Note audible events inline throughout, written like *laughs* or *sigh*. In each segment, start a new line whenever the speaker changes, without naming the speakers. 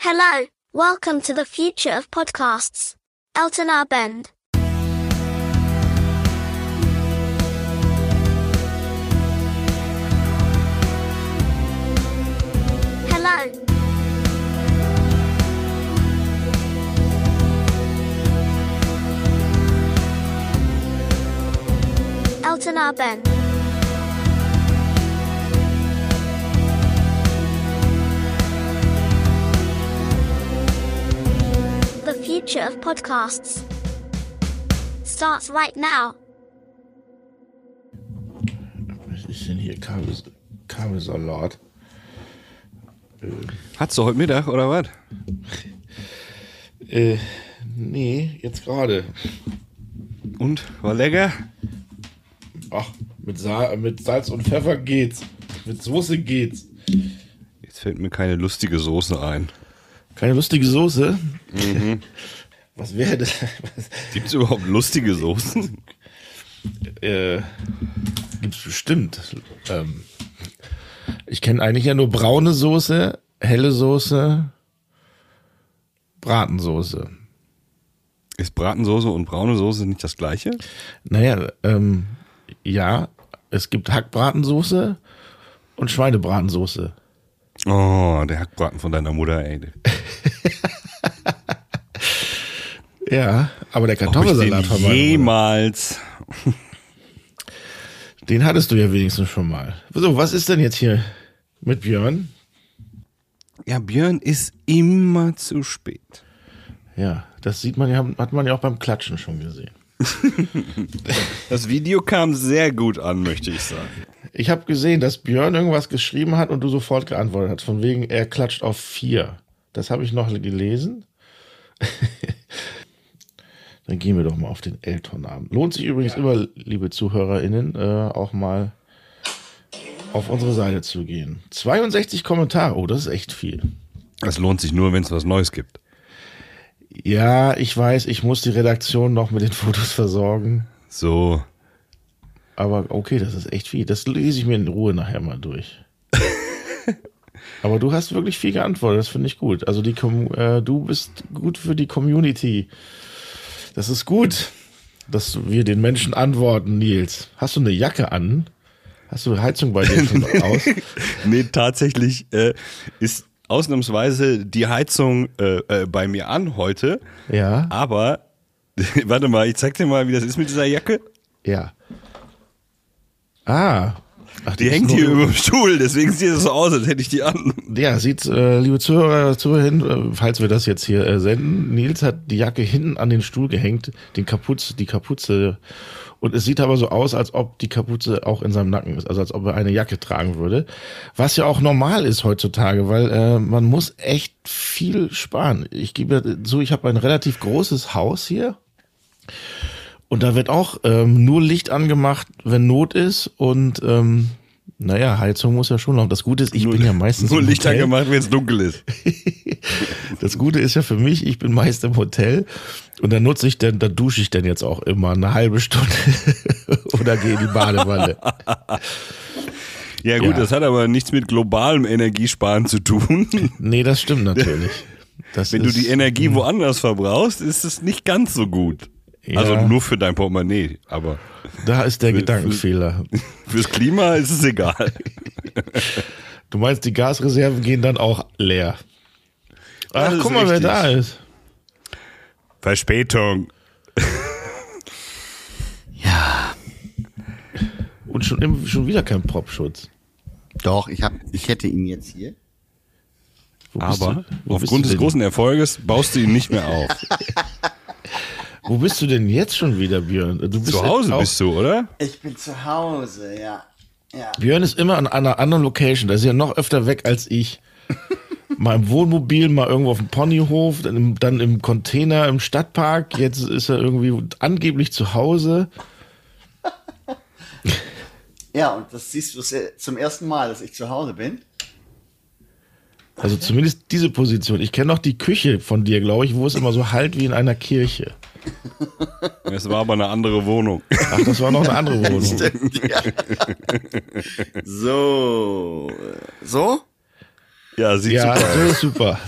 Hello, welcome to the future of podcasts. Elton Arbend. Hello. Elton Arbend. The future of podcasts starts right now.
Was ist denn hier Kabel, Kabelsalat?
Hat's du heute Mittag oder was?
Äh, nee, jetzt gerade.
Und war lecker?
Ach, mit, Sa mit Salz und Pfeffer geht's. Mit Soße geht's.
Jetzt fällt mir keine lustige Soße ein.
Keine lustige Soße? *laughs* Was wäre das? Was,
Gibt's überhaupt lustige Soßen?
äh, gibt's bestimmt. Ähm, ich kenne eigentlich ja nur braune Soße, helle Soße, Bratensoße.
Ist Bratensoße und braune Soße nicht das gleiche?
Naja, ähm, ja, es gibt Hackbratensoße und Schweinebratensoße.
Oh, der Hackbraten von deiner Mutter, ey.
Ja, aber der
Ob ich den
Kartoffelsalat von meinem Bruder,
jemals.
den hattest du ja wenigstens schon mal. So, was ist denn jetzt hier mit Björn?
Ja, Björn ist immer zu spät.
Ja, das sieht man ja, hat man ja auch beim Klatschen schon gesehen.
Das Video kam sehr gut an, möchte ich sagen.
Ich habe gesehen, dass Björn irgendwas geschrieben hat und du sofort geantwortet hast, von wegen er klatscht auf vier. Das habe ich noch gelesen. *laughs* Dann gehen wir doch mal auf den Elternabend. Lohnt sich übrigens immer, liebe ZuhörerInnen, äh, auch mal auf unsere Seite zu gehen. 62 Kommentare, oh, das ist echt viel.
Das lohnt sich nur, wenn es was Neues gibt.
Ja, ich weiß, ich muss die Redaktion noch mit den Fotos versorgen.
So.
Aber okay, das ist echt viel. Das lese ich mir in Ruhe nachher mal
*laughs*
durch. Aber du hast wirklich viel geantwortet, das finde ich gut. Also die Com äh, du bist gut für die Community. Das ist gut, dass wir den Menschen antworten, Nils. Hast du eine Jacke an? Hast du Heizung bei dir
*laughs*
schon aus?
Nee, tatsächlich äh, ist ausnahmsweise die Heizung äh, äh, bei mir an heute.
Ja.
Aber, *laughs* warte mal, ich zeig dir mal, wie das ist mit dieser Jacke.
Ja. Ah. Ach,
Die
ist
hängt hier
nur-
über dem Stuhl, deswegen sieht es so aus, als hätte ich die an.
Ja, sieht, äh, liebe Zuhörer, Zuhörerin, äh, falls wir das jetzt hier äh, senden, Nils hat die Jacke hinten an den Stuhl gehängt, den Kapuze, die Kapuze. Und es sieht aber so aus, als ob die Kapuze auch in seinem Nacken ist, also als ob er eine Jacke tragen würde. Was ja auch normal ist heutzutage, weil äh, man muss echt viel sparen. Ich gebe zu, ich habe ein relativ großes Haus hier. Und da wird auch ähm, nur Licht angemacht, wenn Not ist. Und ähm, naja, Heizung muss ja schon laufen. Das Gute ist, ich bin ja meistens
nur
im
Lichter
Hotel.
gemacht, wenn es dunkel ist.
Das Gute ist ja für mich, ich bin meist im Hotel und dann nutze ich dann, da dusche ich dann jetzt auch immer eine halbe Stunde *laughs* oder gehe in die Badewanne.
Ja gut,
Ja.
das hat aber nichts mit globalem Energiesparen
*laughs*
zu tun.
Nee, das stimmt natürlich. Das
Wenn du
ist,
die Energie woanders verbrauchst, ist es nicht ganz so gut.
Ja.
Also nur für dein Portemonnaie, aber
da ist der Gedankenfehler.
fürs Klima ist es egal.
Du meinst, die Gasreserven gehen dann auch leer. *laughs*
Das
Ach,
ist
guck mal, wer
richtig.
da ist.
Verspätung.
Und schon, im, schon wieder kein Popschutz.
Doch, ich, hab, ich hätte ihn jetzt hier.
Wo bist
Aber
du- wo bist du
aufgrund des
denn?
großen Erfolges baust du ihn nicht
*laughs*
mehr auf.
Wo bist du denn jetzt schon wieder, Björn? Du bist
Zu Hause
auch-
bist
*laughs*
du, oder?
Ich bin zu Hause, ja. ja.
Björn ist immer an einer anderen Location. Da ist er noch öfter weg als ich. Mal im Wohnmobil, mal irgendwo auf dem Ponyhof, dann im, dann im Container im Stadtpark. Jetzt ist er irgendwie angeblich zu Hause.
Ja, und das siehst du se- zum ersten Mal, dass ich zu Hause bin.
Also zumindest diese Position. Ich kenne noch die Küche von dir, glaube ich, wo es immer so halt wie in einer Kirche.
Es war aber eine andere Wohnung.
Ach, das war noch eine andere Wohnung.
So. So?
Ja, sieht
Ja,
super aus.
so ist super.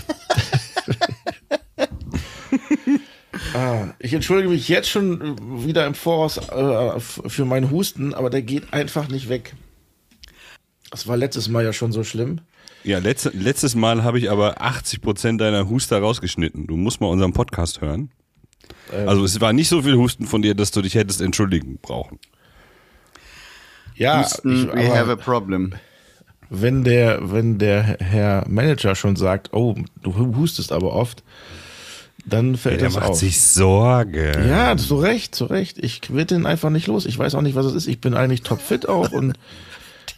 *laughs* Ah, ich entschuldige mich jetzt schon äh, wieder im Voraus äh, f- für meinen Husten, aber der geht einfach nicht weg. Das war letztes Mal ja schon so schlimm.
Ja, letzte, letztes Mal habe ich aber 80% deiner Huster rausgeschnitten. Du musst mal unseren Podcast hören.
Ähm.
Also es war nicht so viel Husten von dir, dass du dich hättest entschuldigen brauchen.
Ja, ich,
Houston, we have a
aber
problem.
wenn der, wenn der Herr Manager schon sagt, oh, du hustest aber oft, dann fällt das auf.
Sorge.
Ja, zu Recht, zu Recht. Ich werde den einfach nicht los. Ich weiß auch nicht, was es ist. Ich bin eigentlich topfit auch
*laughs*
und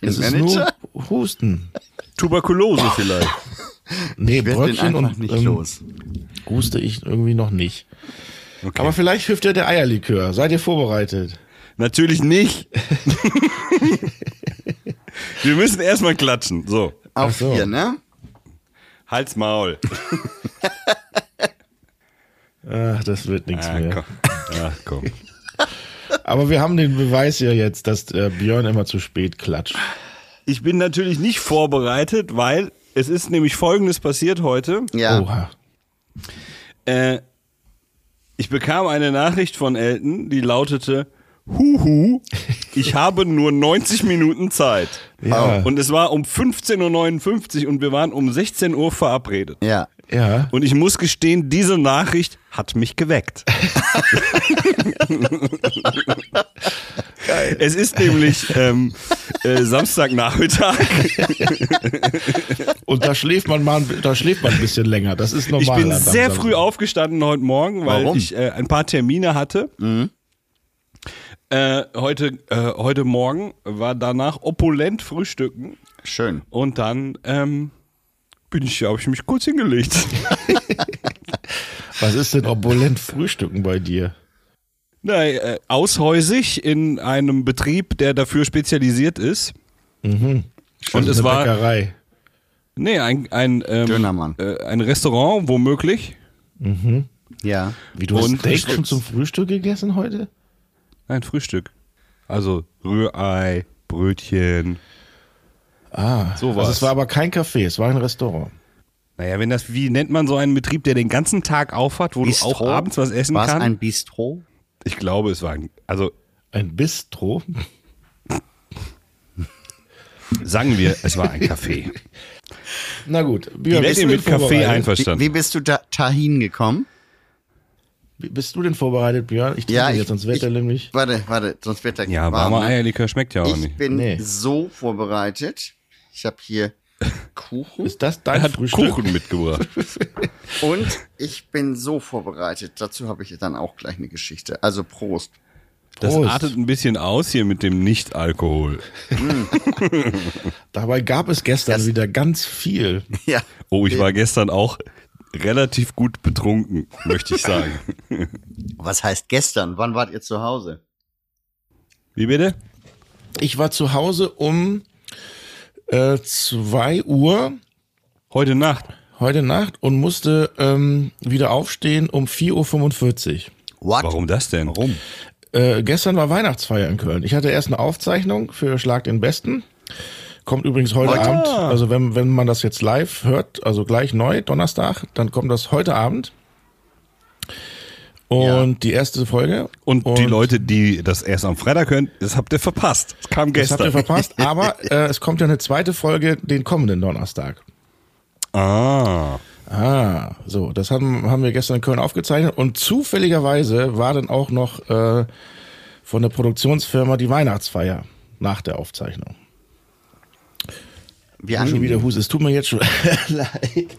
es ist nur
Manager?
Husten.
Tuberkulose vielleicht.
Nee,
Ich werde den
Brötchen
einfach
und
nicht
ähm,
los.
huste ich irgendwie noch nicht.
Okay.
Aber vielleicht hilft ja der Eierlikör. Seid ihr vorbereitet? *laughs*
Natürlich nicht. Wir müssen erstmal klatschen. So,
ach
Auf
so.
hier, ne?
*laughs*
Hals Maul.
Ach, das wird nichts
Ah,
mehr.
komm. Ach,
*laughs*
komm.
Aber wir haben den Beweis ja jetzt, dass äh, Björn immer zu spät klatscht.
Ich bin natürlich nicht vorbereitet, weil es ist nämlich folgendes passiert heute.
Ja.
Oha.
Äh, ich bekam eine Nachricht von Elton, die lautete: Huhu, ich habe nur 90 Minuten Zeit.
Ja.
Und es war um 15.59 Uhr und wir waren um 16 Uhr verabredet.
Ja.
Ja.
Und ich muss gestehen, diese Nachricht hat mich geweckt. Geil. Es ist nämlich ähm, äh, Samstagnachmittag.
Und da schläft man mal, da schläft man ein bisschen länger. Das ist normal.
Ich bin
am
sehr
Samstag.
früh aufgestanden heute Morgen, weil
Warum?
ich äh, ein paar Termine hatte. Äh, heute, äh, heute Morgen war danach opulent frühstücken
Schön.
und dann ähm, bin ich, habe ich mich kurz hingelegt. *laughs*
Was ist denn opulent Frühstücken bei dir?
Na, äh, aushäusig in einem Betrieb, der dafür spezialisiert ist. Und es
eine
war
Bäckerei.
nee, ein, ein, ähm,
Dönermann.
Äh, ein Restaurant, womöglich.
Ja.
Wie du hast
und
Steak
Frühstücks-
schon zum Frühstück gegessen heute?
Ein Frühstück. Also Rührei, Brötchen.
Ah,
So
also
war's.
es war aber kein Café, es war ein Restaurant.
Naja, wenn das, wie nennt man so einen Betrieb, der den ganzen Tag aufhat, wo du auch abends was essen
War's
kannst?
ein Bistro?
ich glaube, es war ein, also
Ein Bistro.
sagen wir, es war ein Café.
Na gut,
Die
Björn,
Welt
bist du
ist
denn
mit Café
vorbereitet?
Wie,
einverstanden.
wie bist du da, dahin gekommen?
Bist du denn vorbereitet, Björn? Ich trinke
Ja, ich-
jetzt, sonst wird
ich-
er nämlich.
Warte, warte, sonst wird der
ja,
warm,
warmer
ne?
Eierlikör schmeckt ja auch
Ich *laughs*
nicht.
bin
Nee.
so vorbereitet. Ich habe
*laughs*
hier Kuchen
Ist das dein
Er hat
Frühstück?
Kuchen mitgebracht.
und ich bin so vorbereitet. Dazu habe ich dann auch gleich eine Geschichte. Also Prost.
*laughs*
Das
Prost.
artet ein bisschen aus hier mit dem Nicht-Alkohol.
Dabei gab es gestern wieder ganz viel.
Ja.
Oh, ich war gestern auch relativ gut betrunken, möchte ich sagen.
Was heißt gestern? Wann wart ihr zu Hause?
Wie bitte?
Ich war zu Hause um äh, 2 Uhr
Heute Nacht.
heute Nacht und musste ähm, wieder aufstehen um 4.45 Uhr.
What?
Warum das denn? Warum?
Äh, gestern war Weihnachtsfeier in Köln. Ich hatte erst eine Aufzeichnung für Schlag den Besten. Kommt übrigens heute,
Heute?
Abend, also wenn, wenn man das jetzt live hört, also gleich neu, Donnerstag, dann kommt das heute Abend. Und
Ja.
die erste Folge.
Und, die Leute, die das erst am Freitag hören, das habt ihr verpasst. Das kam
das habt
gestern.
ihr
*laughs*
verpasst, aber äh, es kommt ja eine zweite Folge den kommenden Donnerstag.
ah.
Ah, so, das haben, haben wir gestern in Köln aufgezeichnet und zufälligerweise war dann auch noch äh, von der Produktionsfirma die Weihnachtsfeier nach der Aufzeichnung.
Wie
Schon
angenehm.
wieder Hus, es tut mir *laughs* jetzt schon leid.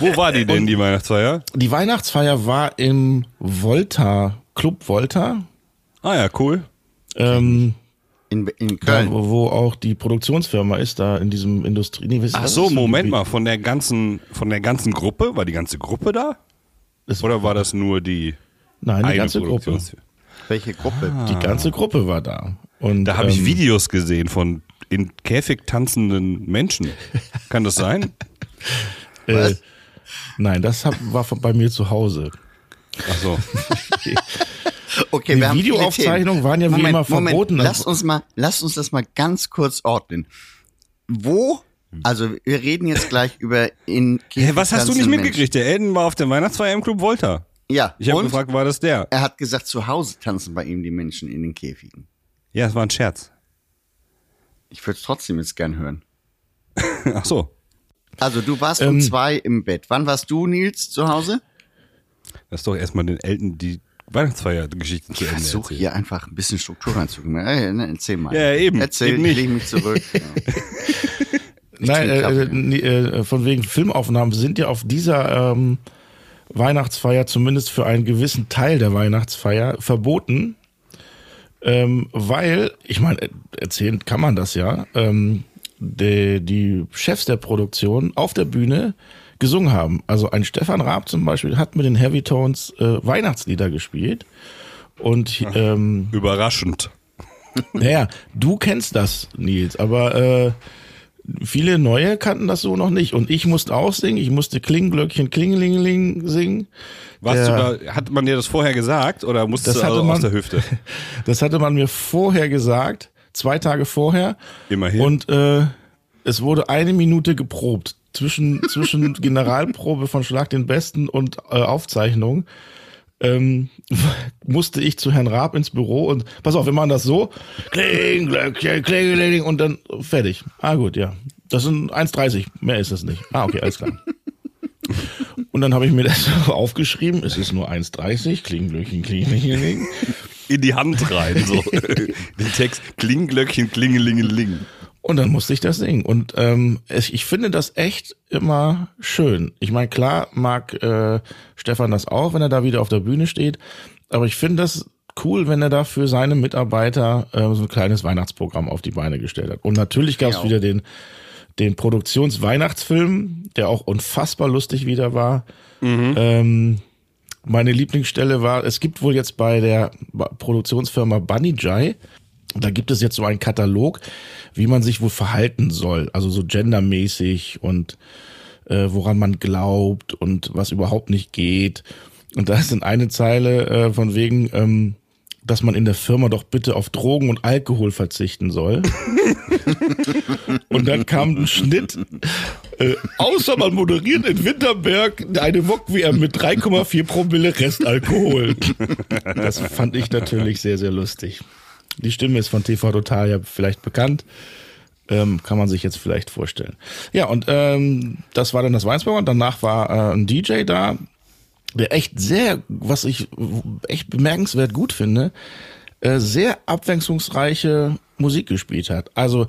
Wo war
Äh,
die denn, die Weihnachtsfeier?
Die Weihnachtsfeier war im Volta, Club Volta,
Ah ja, cool.
ähm,
In, in
da,
Köln.
wo wo auch die Produktionsfirma ist, da in diesem Industrie. Nee, was-
Ach
was ist Ah,
so,
das für ein
Moment
Gebiet?
mal, von der ganzen, von der ganzen Gruppe, war die ganze Gruppe da?
Das-
Oder war das nur die
Nein, die
eine
ganze Gruppe.
Produktions- Ah.
Welche Gruppe?
Die ganze Gruppe war da. Und,
Da habe ich
ähm,
Videos gesehen von in Käfig tanzenden Menschen. Kann das
*laughs*
sein?
Äh, nein, das hab, war von, bei mir zu Hause.
Ach so.
Okay,
Die
wir haben viele
Videoaufzeichnungen
Themen.
waren ja wie
Moment,
immer verboten.
Moment. Lass uns mal, lass uns das mal ganz kurz ordnen. Wo
Hm.
Also wir reden jetzt gleich über in.
Hey, was hast du nicht
Menschen.
mitgekriegt? Der Elden war auf der Weihnachtsfeier im Club Volta.
Ja.
Ich habe
und
gefragt, war das der?
Er hat gesagt, zu Hause tanzen bei ihm die Menschen in den Käfigen.
Ja, es war ein Scherz.
Ich würde es trotzdem jetzt gern hören.
Ach so,
Also du warst um
Ähm.
zwei im Bett. Wann warst du, Nils, zu Hause?
lass doch erstmal den Elden die Weihnachtsfeiergeschichten zu Ende
Versuche
erzählen.
hier einfach ein bisschen Struktur reinzukriegen. Äh, ne, Erzähl mal.
Ja, eben.
Erzähl,
Eben
ich
nicht.
lege
*laughs*
mich zurück. Ja.
Nein,
trinke
äh,
Kaffee.
äh, nee, äh, von wegen Filmaufnahmen sind ja auf dieser ähm, Weihnachtsfeier, zumindest für einen gewissen Teil der Weihnachtsfeier, verboten. Ähm, weil, ich meine, äh, erzählen kann man das ja, ähm, die, die Chefs der Produktion auf der Bühne gesungen haben. Also ein Stefan Raab zum Beispiel hat mit den Heavy Tones äh, Weihnachtslieder gespielt. Und ähm,
Überraschend.
naja, du kennst das, Nils, aber äh, viele Neue kannten das so noch nicht. Und ich musste auch singen, ich musste Klingenglöckchen, Klingelingeling singen.
Warst
Der-
du da, hat man dir das vorher gesagt oder musstest
Das
du
hatte
also aus
man-
der Hüfte?
Das hatte man mir vorher gesagt, zwei Tage vorher.
Immerhin.
Und äh, es wurde eine Minute geprobt. Zwischen, *laughs* zwischen Generalprobe von Schlag den Besten und äh, Aufzeichnung ähm, *laughs* musste ich zu Herrn Raab ins Büro und pass auf, wir machen das so. Kling, Glöckchen, Klingeling und dann fertig. Ah gut, ja. Das sind 1,30, mehr ist es nicht. Ah, okay, alles klar. Und dann habe ich mir das *laughs* aufgeschrieben, es ist nur 1,30, Klingelöckchen, Klingeling.
In die Hand rein,
*laughs*
so. Den Text Klingglöckchen, Klingelingeling.
Und dann musste ich das singen. Und ähm, es, ich finde das echt immer schön. Ich meine, klar mag äh, Stefan das auch, wenn er da wieder auf der Bühne steht. Aber ich finde das cool, wenn er da für seine Mitarbeiter äh, so ein kleines Weihnachtsprogramm auf die Beine gestellt hat. Und natürlich gab es
Ja.
wieder den, den Produktionsweihnachtsfilm, der auch unfassbar lustig wieder war. Ähm, meine Lieblingsstelle war, es gibt wohl jetzt bei der Ba- Produktionsfirma Bunny Jai, da gibt es jetzt so einen Katalog, wie man sich wohl verhalten soll. Also so gendermäßig und äh, woran man glaubt und was überhaupt nicht geht. Und da ist in eine Zeile äh, von wegen, ähm, dass man in der Firma doch bitte auf Drogen und Alkohol verzichten soll. *laughs* und dann kam ein Schnitt. Äh, außer man moderiert in Winterberg eine Wok-WM mit 3,4 Promille Restalkohol. Das fand ich natürlich sehr, sehr lustig. Die Stimme ist von TV Total ja vielleicht bekannt. Ähm, kann man sich jetzt vielleicht vorstellen. Ja, und ähm, das war dann das Weinsburger. Und danach war äh, ein DJ da, der echt sehr, was ich äh, echt bemerkenswert gut finde, äh, sehr abwechslungsreiche Musik gespielt hat. Also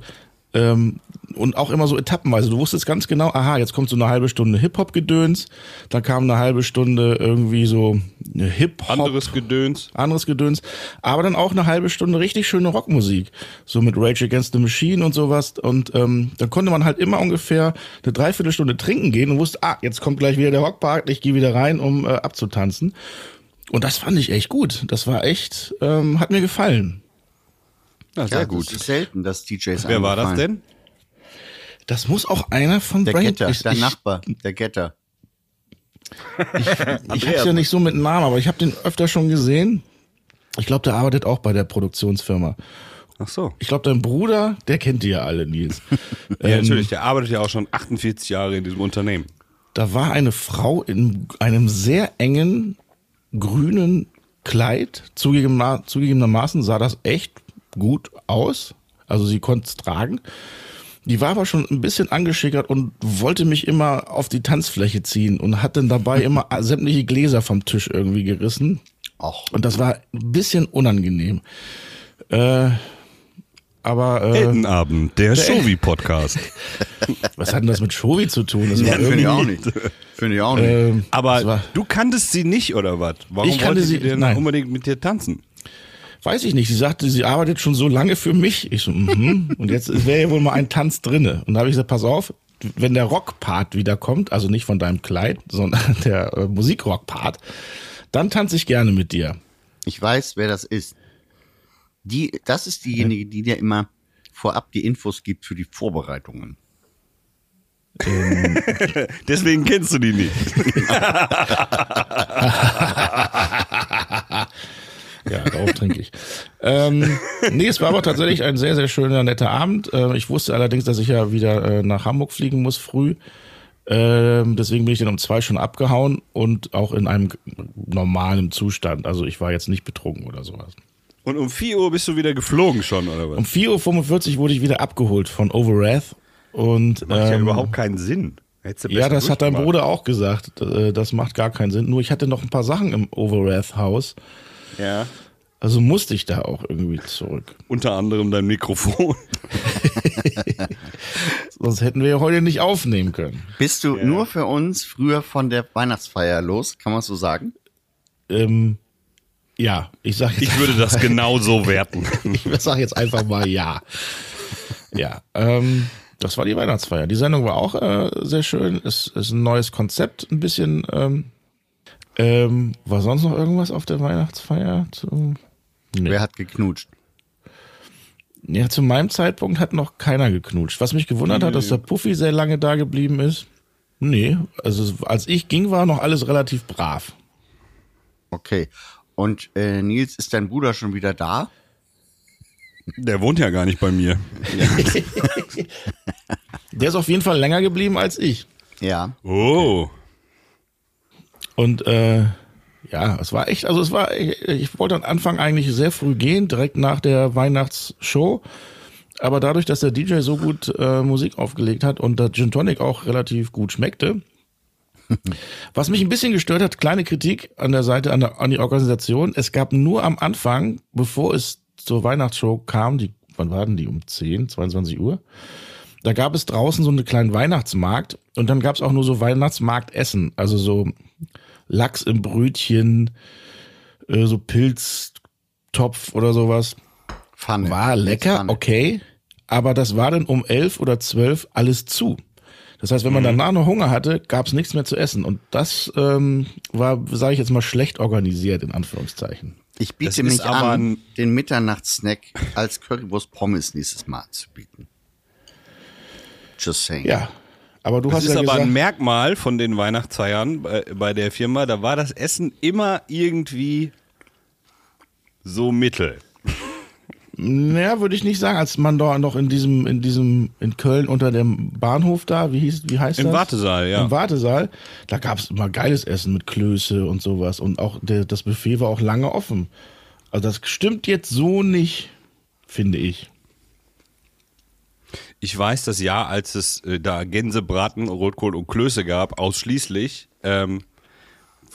ähm, und auch immer so etappenweise. Du wusstest ganz genau, aha, jetzt kommt so eine halbe Stunde Hip-Hop-Gedöns, dann kam eine halbe Stunde irgendwie so eine Hip-Hop
Anderes Gedöns.
anderes Gedöns, aber dann auch eine halbe Stunde richtig schöne Rockmusik, so mit Rage Against the Machine und sowas und ähm, dann konnte man halt immer ungefähr eine Dreiviertelstunde trinken gehen und wusste, ah, jetzt kommt gleich wieder der Rockpark, ich gehe wieder rein, um äh, abzutanzen und das fand ich echt gut, das war echt, ähm, hat mir gefallen.
Na, sehr
Ja,
gut.
Das ist selten, dass DJs
Wer war das
angefallen.
denn?
Das muss auch einer von
Der
Brain-
Getter,
ich,
dein
ich,
Nachbar, der Getter.
ich hab's ja nicht so mit Namen, aber ich habe den öfter schon gesehen. Ich glaube, der arbeitet auch bei der Produktionsfirma.
Ach so.
Ich glaube, dein Bruder, der kennt die ja alle, Nils. Ähm.
Ja, natürlich, der arbeitet ja auch schon 48 Jahre in diesem Unternehmen.
Da war eine Frau in einem sehr engen grünen Kleid. Zugegema- Zugegebenermaßen sah das echt gut aus. Also sie konnte es tragen. Die war aber schon ein bisschen angeschickert und wollte mich immer auf die Tanzfläche ziehen und hat dann dabei immer sämtliche Gläser vom Tisch irgendwie gerissen.
Och,
Und das war ein bisschen unangenehm. Äh, aber
*laughs*
äh,
Eltenabend, der
*laughs*
Shovi-Podcast.
was hat denn das mit Shovi zu tun? Das war
finde ich auch
irgendwie,
nicht. Finde ich auch nicht.
ähm, das
Aber
war-
du kanntest sie nicht, oder was? Warum
Ich kannte
wollte sie
sie-
denn
nein.
unbedingt mit dir tanzen?
Weiß ich nicht. Sie sagte, sie arbeitet schon so lange für mich. Ich so, mhm. Und jetzt wäre ja wohl mal ein Tanz drinne. Und da habe ich gesagt, pass auf, wenn der Rockpart wieder kommt, also nicht von deinem Kleid, sondern *laughs* der äh, Musikrockpart, dann tanze ich gerne mit dir.
Ich weiß, wer das ist. Die, das ist diejenige, die dir immer vorab die Infos gibt für die Vorbereitungen.
Deswegen kennst du die nicht.
Ja, da darauf trinke ich. Ähm, nee, es war aber tatsächlich ein sehr, sehr schöner, netter Abend. Äh, ich wusste allerdings, dass ich ja wieder äh, nach Hamburg fliegen muss früh. Ähm, deswegen bin ich dann um zwei schon abgehauen und auch in einem normalen Zustand. Also ich war jetzt nicht betrunken oder sowas.
Und um 4 Uhr bist du wieder geflogen schon, oder was?
Um 4.45 Uhr wurde ich wieder abgeholt von Overwrath. Und,
Macht ja
ähm,
überhaupt keinen Sinn. Hättest du
ja,
besser
das hat dein
durchgemacht.
Bruder auch gesagt. Äh, Das macht gar keinen Sinn. Nur ich hatte noch ein paar Sachen im Overwrath-Haus.
Ja.
Also musste ich da auch irgendwie zurück.
Unter anderem dein Mikrofon. *laughs*
Sonst hätten wir ja heute nicht aufnehmen können.
Bist du nur für uns früher von der Weihnachtsfeier los, kann man so sagen?
Ähm, ja, ich sage jetzt,
Ich würde das genauso werten.
ich sag jetzt einfach *laughs* mal ja. Ja, ähm, das war die Weihnachtsfeier. Die Sendung war auch äh, sehr schön. Es ist ein neues Konzept, ein bisschen. Ähm, ähm, war sonst noch irgendwas auf der Weihnachtsfeier? Zu,
Wer hat geknutscht?
ja, zu meinem Zeitpunkt hat noch keiner geknutscht. Was mich gewundert hat, dass der Puffy sehr lange da geblieben ist. Nee, also es- als ich ging, war noch alles relativ brav.
Okay. Und äh, Nils, ist dein Bruder schon wieder da?
Der wohnt ja gar nicht bei mir.
Der ist auf jeden Fall länger geblieben als ich.
Ja.
Oh.
Und äh, ja, es war echt, also es war, ich, ich wollte am Anfang eigentlich sehr früh gehen, direkt nach der Weihnachtsshow. Aber dadurch, dass der DJ so gut äh, Musik aufgelegt hat und der Gin Tonic auch relativ gut schmeckte, was mich ein bisschen gestört hat, kleine Kritik an der Seite, an, der, an die Organisation. Es gab nur am Anfang, bevor es zur Weihnachtsshow kam, die, wann waren die? Um 10, 22 Uhr? Da gab es draußen so einen kleinen Weihnachtsmarkt und dann gab es auch nur so Weihnachtsmarktessen. Also so Lachs im Brötchen, äh, so Pilztopf oder sowas.
Pfanne.
War lecker,
Pfanne.
okay. Aber das war dann um elf oder zwölf alles zu. Das heißt, wenn man
Mhm.
danach noch Hunger hatte, gab es nichts mehr zu essen. Und das ähm, war, sage ich jetzt mal, schlecht organisiert, in Anführungszeichen.
Ich
Das
biete
ist
mich
aber
an,
ein-
den Mitternachtssnack als Currywurst Pommes nächstes Mal anzubieten. Just saying.
Ja. Aber du
Das
hast
ist
ja
aber
gesagt,
ein Merkmal von den Weihnachtsfeiern bei, bei der Firma. Da war das Essen immer irgendwie so mittel.
naja, würde ich nicht sagen, als man da noch in diesem, in diesem, in Köln unter dem Bahnhof da, wie hieß, wie heißt
Im
das?
Wartesaal, ja.
Im Wartesaal, da gab es immer geiles Essen mit Klöße und sowas. Und auch der, das Buffet war auch lange offen. Also das stimmt jetzt so nicht, finde ich.
Ich weiß das Jahr, als es äh, da Gänsebraten, Rotkohl und Klöße gab, ausschließlich, ähm,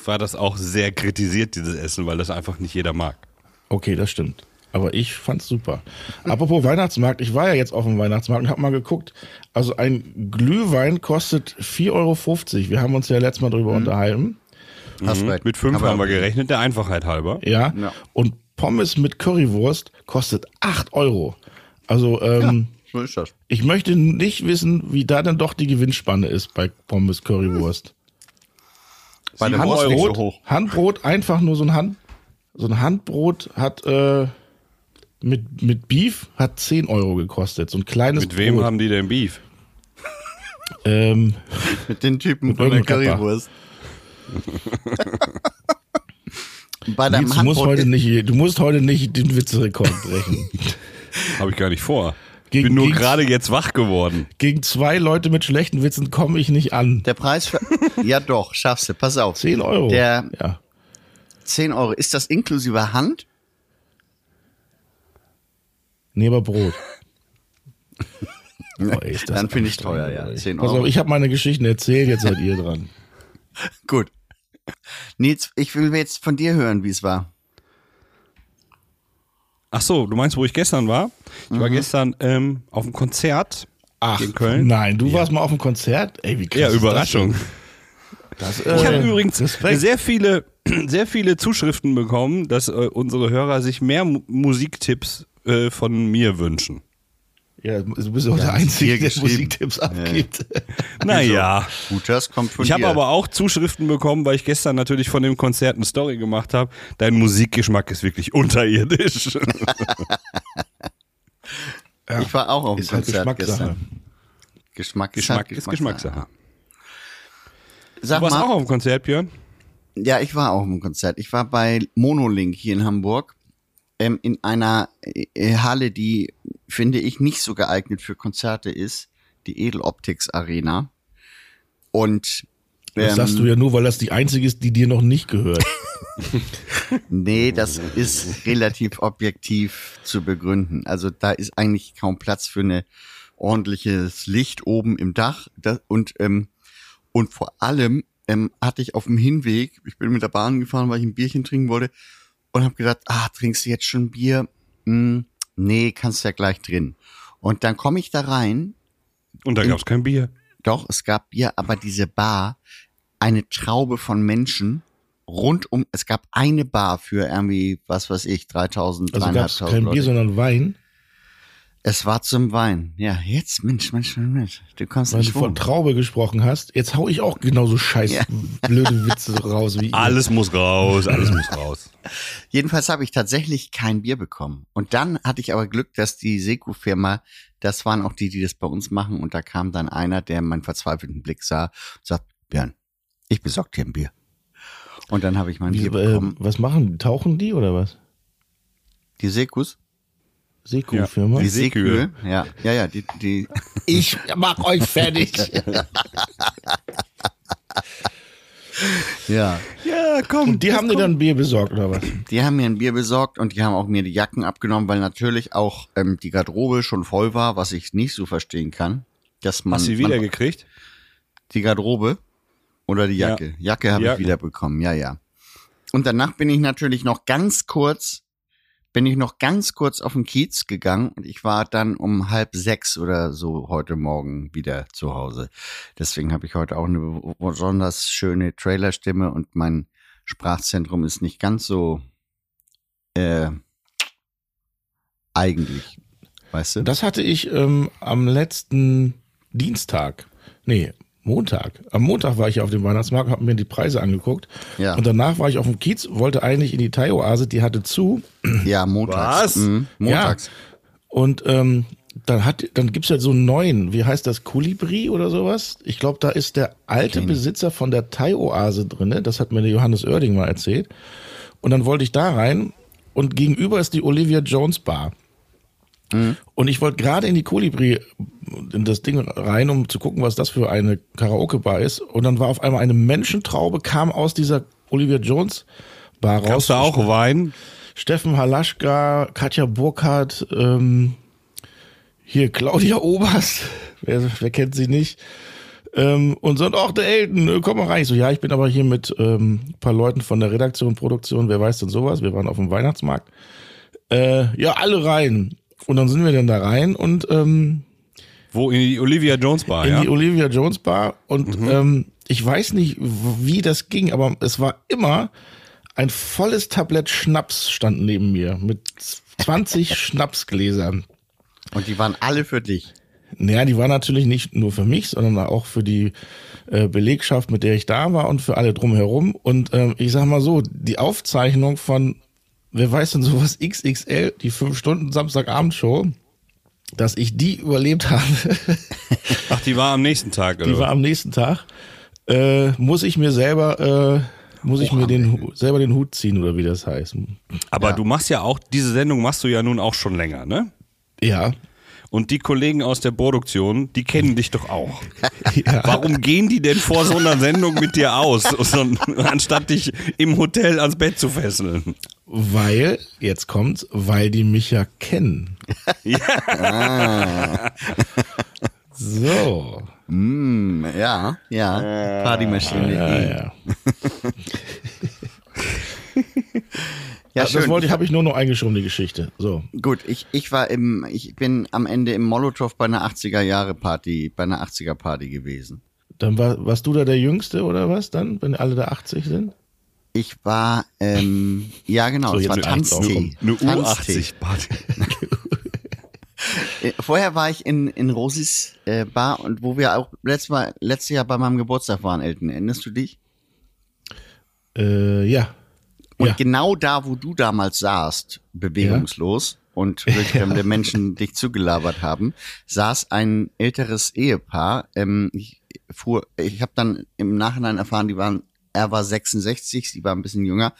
war das auch sehr kritisiert, dieses Essen, weil das einfach nicht jeder mag.
Okay, das stimmt. Aber ich fand's super. Apropos Weihnachtsmarkt, ich war ja jetzt auf dem Weihnachtsmarkt und hab mal geguckt. Also ein Glühwein kostet 4,50 Euro. Wir haben uns ja letztes Mal drüber unterhalten.
Hast
Mhm.
recht.
Mit fünf
Aber
haben wir gerechnet, der Einfachheit halber.
Ja.
Ja.
Und Pommes mit Currywurst kostet 8 Euro. Also, ähm,
So ist das.
ich möchte nicht wissen, wie da dann doch die Gewinnspanne ist bei Pommes Currywurst.
Bei
Sieben
der Wurst
Euro.
nicht
Brot.
so hoch.
Handbrot, einfach nur so ein Hand, so ein Handbrot hat äh, mit, mit Beef hat 10 Euro gekostet. So ein kleines
Mit wem
Brot.
haben die denn Beef?
Ähm,
Mit den Typen von der
irgendeinem
*laughs*
Currywurst. Bei deinem
Nils, du, musst
Handbrot
heute
ist-
nicht, du musst heute nicht den Witzerekord
*laughs*
brechen.
Habe ich gar nicht vor. Ich
Gegen-
bin nur
gegen-
gerade jetzt wach geworden.
Gegen zwei Leute mit schlechten Witzen komme ich nicht an.
der Preis für. ja, doch, schaffst du. Pass auf.
10 Euro.
Der-
ja.
10 Euro. Ist das inklusive Hand?
Nee, aber
*laughs*
Brot. Oh, ey, ist das
Dann finde ich teuer,
anstrengend,
ja.
ey.
10
Pass
Euro.
auf, ich habe meine Geschichten erzählt, jetzt seid ihr dran.
Gut. Nils, ich will jetzt von dir hören, wie es war.
Ach so, du meinst, wo ich gestern war? Ich war gestern ähm, auf einem Konzert
Mhm. Ach,
in Köln.
nein, du warst mal auf dem Konzert? Ey, wie krass.
Ja,
ist das
Überraschung.
denn? Das,
Ich
äh,
habe übrigens
Respekt.
sehr viele, *clears throat* sehr viele Zuschriften bekommen, dass äh, unsere Hörer sich mehr Mu Musiktipps äh, von mir wünschen.
Ja, du bist auch der
hier
Einzige, der
geschrieben.
Musiktipps abgibt.
Naja.
Gut, das Also, kommt von
Ich
dir.
habe aber auch Zuschriften bekommen, weil ich gestern natürlich von dem Konzert eine Story gemacht habe. Dein Musikgeschmack ist
*laughs*
wirklich unterirdisch.
ich war auch auf dem
Ist halt
Konzert
Geschmackssache.
gestern. Geschmack, halt
Geschmack ist Geschmackssache.
Sag
Du warst
mal,
auch auf dem Konzert, Björn?
ja, ich war auch im Konzert. Ich war bei Monolink hier in Hamburg ähm, in einer äh, Halle, die, finde ich, nicht so geeignet für Konzerte ist, die Edeloptics Arena. Und
Das
ähm,
sagst du ja nur, weil das die einzige ist, die dir noch nicht
*laughs*
gehört.
Nee, das ist relativ objektiv zu begründen. Also da ist eigentlich kaum Platz für eine ordentliches Licht oben im Dach. Da- Und, ähm, und vor allem ähm, hatte ich auf dem Hinweg, ich bin mit der Bahn gefahren, weil ich ein Bierchen trinken wollte und habe gedacht, ah, trinkst du jetzt schon Bier? Hm, nee, kannst ja gleich drin. Und dann komme ich da rein
Und da
Hm?
In-
gab's kein Bier.
doch, es gab Bier, aber diese Bar, eine Traube von Menschen rund um, es gab eine Bar für irgendwie, was weiß ich, 3000,
Also gab es
3.500
kein Bier,
Leute.
sondern Wein.
Es war zum Wein. Ja, jetzt, Mensch, Mensch, Mensch, Mensch. du kommst
Weil
in
du von
Schwung.
Traube gesprochen hast. Jetzt hau ich auch genauso scheiß
Ja.
*laughs* blöde Witze raus wie ihr.
Alles muss raus, alles muss raus.
Jedenfalls habe ich tatsächlich kein Bier bekommen. Und dann hatte ich aber Glück, dass die Seku-Firma, das waren auch die, die das bei uns machen, und da kam dann einer, der meinen verzweifelten Blick sah, und sagt, Björn, ich besorg dir ein Bier. Und dann habe ich mein
Wie,
Bier
äh,
bekommen.
was machen die? Tauchen die oder was?
Die Sekus?
Seku-Firma?
Die
Die
Seekühe, ja, ja, ja, die, die,
Ich mach euch fertig.
ja.
*laughs* Ja, komm.
Und die haben dir dann Bier besorgt oder was?
Die haben mir ein Bier besorgt und die haben auch mir die Jacken abgenommen, weil natürlich auch ähm, die Garderobe schon voll war, was ich nicht so verstehen kann, dass man,
Hast du sie
man
wiedergekriegt?
die Garderobe oder die
Ja.
Jacke. Jacke habe ich
Jacke.
wiederbekommen, ja, ja. Und danach bin ich natürlich noch ganz kurz, bin ich noch ganz kurz auf den Kiez gegangen und ich war dann um halb sechs oder so heute Morgen wieder zu Hause. Deswegen habe ich heute auch eine besonders schöne Trailerstimme und mein Sprachzentrum ist nicht ganz so äh, eigentlich. Weißt du?
Das hatte ich ähm, am letzten Dienstag. Nee, Montag. Am Montag war ich auf dem Weihnachtsmarkt, habe mir die Preise angeguckt.
Ja.
Und danach war ich auf dem Kiez, wollte eigentlich in die Thai-Oase, die hatte zu.
ja, montags.
Was?
Mhm, montags.
Und ähm, dann, hat, dann gibt's ja so einen neuen, wie heißt das, Kolibri oder sowas? Ich glaube, da ist der alte Besitzer von der Thai-Oase drin, ne? das hat mir der Johannes Oerding mal erzählt. Und dann wollte ich da rein und gegenüber ist die Olivia Jones Bar.
Mhm.
Und ich wollte gerade in die Kolibri, in das Ding rein, um zu gucken, was das für eine Karaoke-Bar ist. Und dann war auf einmal eine Menschentraube, kam aus dieser Olivia Jones Bar raus.
Gab's da auch Wein?
Steffen Halaschka, Katja Burkhardt, ähm, hier Claudia Obers, *laughs* wer, wer kennt sie nicht? Ähm, und so, auch der Elton, äh, komm mal rein. Ich so, ja, ich bin aber hier mit ähm, ein paar Leuten von der Redaktion, Produktion, wer weiß denn sowas? Wir waren auf dem Weihnachtsmarkt. Äh, ja, alle rein. Und dann sind wir dann da rein und ähm,
Wo? In die Olivia Jones Bar,
in
ja?
die Olivia Jones Bar und ähm, ich weiß nicht, w- wie das ging, aber es war immer ein volles Tablett Schnaps stand neben mir mit 20 Schnapsgläsern.
Und die waren alle für dich.
Naja, die war natürlich nicht nur für mich, sondern auch für die äh, Belegschaft, mit der ich da war und für alle drumherum. Und ähm, ich sag mal so, die Aufzeichnung von, wer weiß denn sowas, XXL, die 5-Stunden-Samstagabendshow, dass ich die überlebt *laughs* habe,
Ach, die war am nächsten Tag,
Die
oder?
war
was?
am nächsten Tag. Äh, muss ich mir selber, äh, muss
Oh,
ich mir den, Hu- selber den Hut ziehen oder wie das heißt.
Aber du machst ja auch, diese Sendung machst du ja nun auch schon länger, ne?
Ja.
Und die Kollegen aus der Produktion, die kennen dich doch
*laughs*
auch. Warum gehen die denn vor so einer Sendung mit dir aus, *laughs* sondern- anstatt dich im Hotel ans Bett zu fesseln?
Weil, jetzt kommt's, weil die mich ja kennen.
*laughs*
so.
Mm, ja, ja. Partymaschine.
Hm, Ja,
Äh,
Hm. ja.
Ja,
das
schön.
wollte ich, habe ich nur noch eingeschoben, die Geschichte. So.
Gut, ich, ich war im, ich bin am Ende im Molotow bei einer 80er Jahre Party, bei einer 80er Party gewesen.
Dann war, warst du da der Jüngste oder was dann, wenn alle da 80 sind?
Ich war, ähm, ja genau,
So,
es
jetzt
war
mit 80
Tanztee.
Eine
Tanztee.
U80-Party.
Äh, Vorher war ich in, in Rosis äh, Bar und wo wir auch letztes, Mal, letztes Jahr bei meinem Geburtstag waren, Elton, erinnerst du dich?
Äh, ja.
Und
ja.
genau da, wo du damals saßt, bewegungslos und wildfremde Menschen dich zugelabert haben, saß ein älteres Ehepaar. Ähm, ich fuhr, ich habe dann im Nachhinein erfahren, die waren, er war 66, sie war ein bisschen jünger.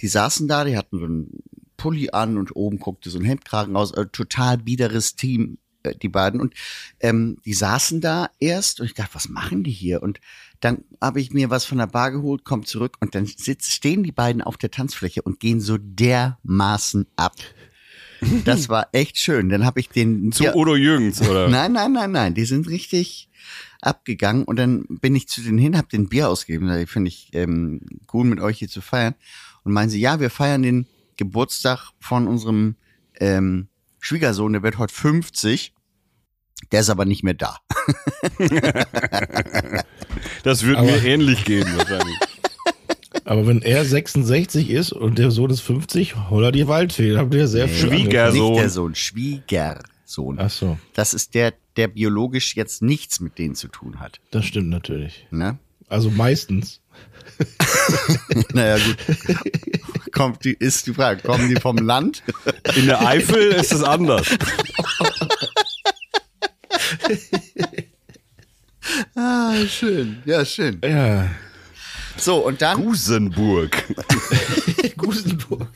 Die saßen da, die hatten so ein Pulli an und oben guckte so ein Hemdkragen raus. Also total biederes Team, äh, die beiden. Und ähm, die saßen da erst und ich dachte, was machen die hier? Und dann habe ich mir was von der Bar geholt, komme zurück und dann sitz, stehen die beiden auf der Tanzfläche und gehen so dermaßen ab. Das war echt schön. Dann habe ich den
Zu
Ja.
Udo Jürgens, oder?
Nein, nein, nein, nein. Die sind richtig abgegangen und dann bin ich zu denen hin, hab den Bier ausgegeben. Da finde ich ähm, cool, mit euch hier zu feiern. Und meinen sie, ja, wir feiern den Geburtstag von unserem ähm, Schwiegersohn. Der wird heute 50. Der ist aber nicht mehr da.
Das würde
Aber-
mir ähnlich gehen, wahrscheinlich.
Aber wenn er 66 ist und der Sohn ist 50, holla die Waldfee. Da habt ihr sehr viel.
Schwieger-
angefangen.
Sohn.
Nicht der Sohn, Schwiegersohn.
Ach so,
Das ist der, der biologisch jetzt nichts mit denen zu tun hat.
das stimmt natürlich.
Ne?
Also meistens.
Naja, gut. Kommt die, ist die Frage, kommen die vom Land?
In der Eifel ist es anders.
Ah, schön. Ja, schön.
Ja.
So, und dann
Gusenburg.
Gusenburg.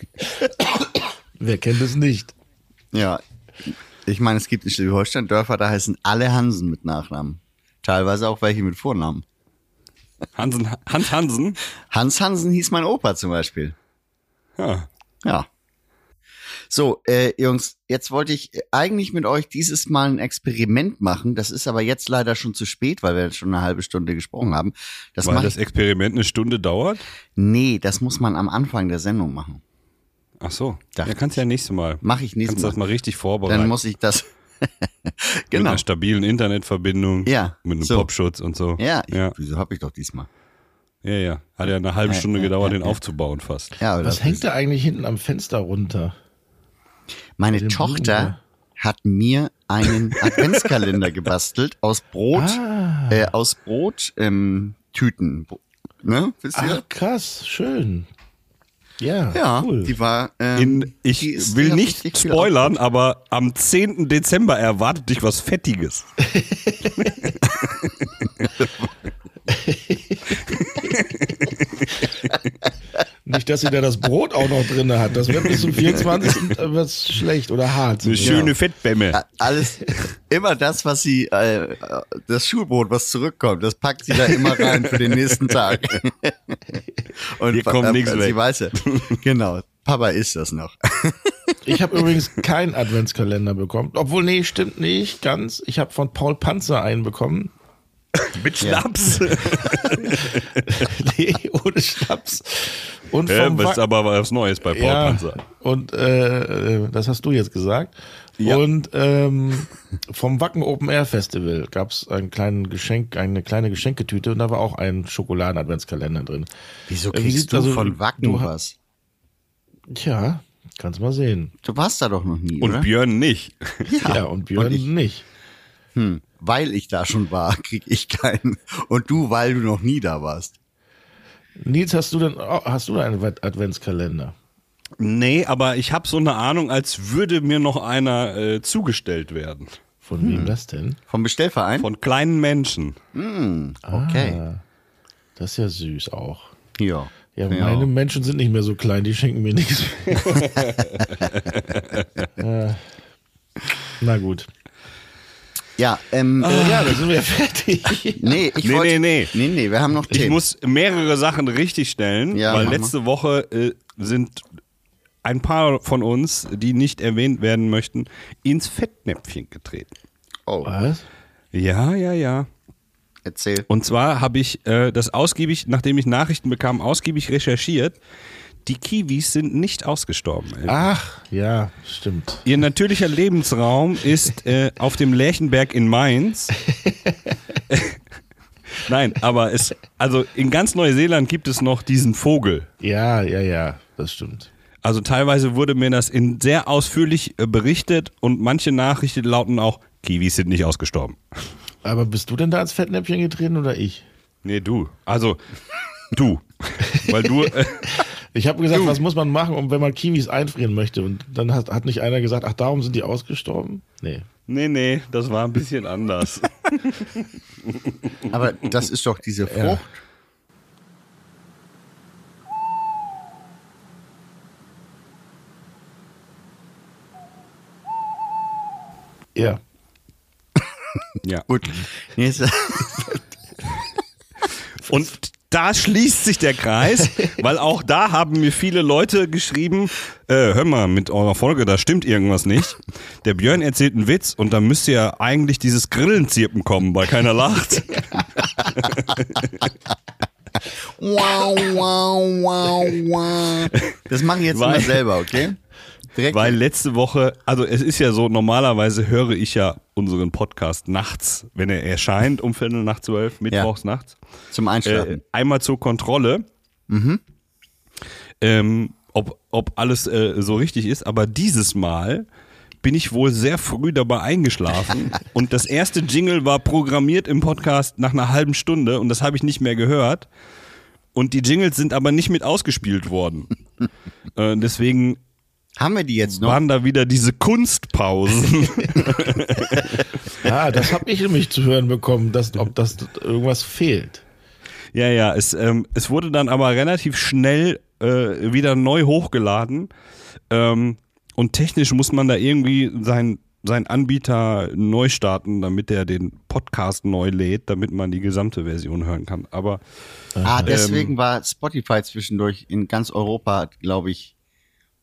Wer kennt es nicht?
Ja. Ich meine, es gibt in Schleswig-Holstein Dörfer, da heißen alle Hansen mit Nachnamen. Teilweise auch welche mit Vornamen.
Hansen, Hans Hansen?
Hans Hansen hieß mein Opa zum Beispiel.
Ja.
Ja. So, äh, Jungs, jetzt wollte ich eigentlich mit euch dieses Mal ein Experiment machen. Das ist aber jetzt leider schon zu spät, weil wir schon eine halbe Stunde gesprochen haben. Das
Weil
mache
das
ich.
Experiment eine Stunde dauert?
Nee, das muss man am Anfang der Sendung machen.
Ach so.
Dachte
ja, kannst ja nächstes Mal.
Mache ich nächstes
Kannst das
Mal.
mal richtig vorbereiten.
Dann muss ich das. *laughs*
Mit
genau.
einer stabilen Internetverbindung.
Ja,
Mit einem
so.
Popschutz und so.
Ja, ich,
Ja,
wieso habe ich doch diesmal?
ja. ja. Hat ja eine halbe
Ja,
Stunde
ja,
gedauert,
ja,
den
ja.
aufzubauen fast.
Ja, aber
Was
das-
hängt da eigentlich hinten am Fenster runter?
Meine
Dem
Tochter hat mir
*laughs*
einen Adventskalender gebastelt aus Brot,
Ah.
äh, aus Brot, ähm, Tüten. Bo- Ne? Wisst ihr?
Ach, krass, schön. Ja,
ja,
cool.
die war. Ähm,
In, ich
die ist- die
will
hat
nicht
richtig viel
spoilern, aber am 10. Dezember erwartet dich was Fettiges.
*laughs* Nicht, dass sie da das Brot auch noch drin hat. Das wird bis zum *laughs* 24. was schlecht oder hart.
Eine schöne Fettbämme.
a- Alles, immer das, was sie, äh, das Schulbrot, was zurückkommt, das packt sie da immer rein für den nächsten
*laughs*
Tag. Und
Hier kommt
äh,
nix
sie
weg.
weiß ja. Genau. Papa isst das noch.
Ich habe übrigens keinen Adventskalender bekommen. Obwohl, nee, stimmt nicht ganz. Ich habe von Paul Panzer einen *laughs* bekommen.
Mit
*laughs*
Schnaps.
nee, ohne Schnaps. Und
Ja,
vom
das ist
Wa-
aber Äh, was Neues bei Paul
ja,
Panzer.
Und äh, äh, das hast du jetzt gesagt.
Ja.
Und ähm, vom Wacken Open Air Festival gab es einen kleinen Geschenk, eine kleine Geschenketüte und da war auch ein Schokoladen-Adventskalender drin.
Wieso
Wie sieht-
kriegst du
also,
von Wacken
du ha-
was?
Tja, kannst mal sehen.
Du warst da doch noch nie,
Und
oder?
Björn nicht.
Ja, und Björn
und ich-
nicht.
weil ich da schon war, *laughs* krieg ich keinen. Und du, weil du noch nie da warst.
Nils, hast du denn oh, hast du einen Advent- Adventskalender?
Nee, aber ich habe so eine Ahnung, als würde mir noch einer äh, zugestellt werden.
Von
Hm.
wem das denn?
Vom Bestellverein?
Von kleinen Menschen.
okay.
Das ist ja süß auch.
Ja.
Ja, meine Menschen sind nicht mehr so klein, die schenken mir *laughs* nichts. äh, na gut.
ja ähm,
Ja, dann sind wir fertig.
nee, ich
Ah. Nee,
wollte,
nee, nee.
Nee, nee, wir haben noch
Ich
Themen.
muss mehrere Sachen richtig stellen,
Ja,
weil
mach mal.
letzte Woche äh, sind ein paar von uns, die nicht erwähnt werden möchten, ins Fettnäpfchen getreten.
oh,
Was?
Ja, ja, ja.
erzähl.
Und zwar habe ich äh, das ausgiebig, nachdem ich Nachrichten bekam, ausgiebig recherchiert. Die Kiwis sind nicht ausgestorben. Ey.
Ach, ja, stimmt.
Ihr natürlicher Lebensraum ist äh, auf dem Lerchenberg in Mainz. *laughs* Nein, aber es, also in ganz Neuseeland gibt es noch diesen Vogel.
Ja, ja, ja, das stimmt.
Also teilweise wurde mir das in sehr ausführlich äh, berichtet und manche Nachrichten lauten auch, Kiwis sind nicht ausgestorben.
Aber bist du denn da ans Fettnäpfchen getreten oder ich?
Nee, du. Also, du. Weil du, äh, *laughs*
Ich habe gesagt, was muss man machen, um wenn man Kiwis einfrieren möchte? Und dann hat, hat nicht einer gesagt, ach, darum sind die ausgestorben? Nee.
nee, nee, das war ein bisschen *laughs* anders.
Aber das ist doch diese Frucht.
Ja.
Ja.
Gut. Nächste.
Und da schließt sich der Kreis, weil auch da haben mir viele Leute geschrieben, äh, hör mal, mit eurer Folge, da stimmt irgendwas nicht. Der Björn erzählt einen Witz und da müsste ja eigentlich dieses Grillenzirpen kommen, weil keiner lacht.
*laughs* Wow, wow, wow, wow. Das mache ich jetzt
Weil-
mal selber, okay? Direkt.
Weil letzte Woche, also es ist ja so, normalerweise höre ich ja unseren Podcast nachts, wenn er erscheint, um Viertel nach zwölf, mittwochs nachts.
zum
äh,
Einschlafen.
einmal zur Kontrolle, ähm, ob, ob alles äh, so richtig ist. Aber dieses Mal bin ich wohl sehr früh dabei eingeschlafen und das erste Jingle war programmiert im Podcast nach einer halben Stunde und das habe ich nicht mehr gehört. Und die Jingles sind aber nicht mit ausgespielt worden. äh, deswegen
Haben wir die jetzt noch?
waren da wieder diese Kunstpausen.
Ah, das habe ich nämlich zu hören bekommen, dass, ob das irgendwas fehlt.
Ja, ja, es, ähm, es wurde dann aber relativ schnell äh, wieder neu hochgeladen. Ähm, und technisch muss man da irgendwie sein, sein Anbieter neu starten, damit er den Podcast neu lädt, damit man die gesamte Version hören kann. Aber ähm,
Ah, deswegen war Spotify zwischendurch in ganz Europa, glaube ich,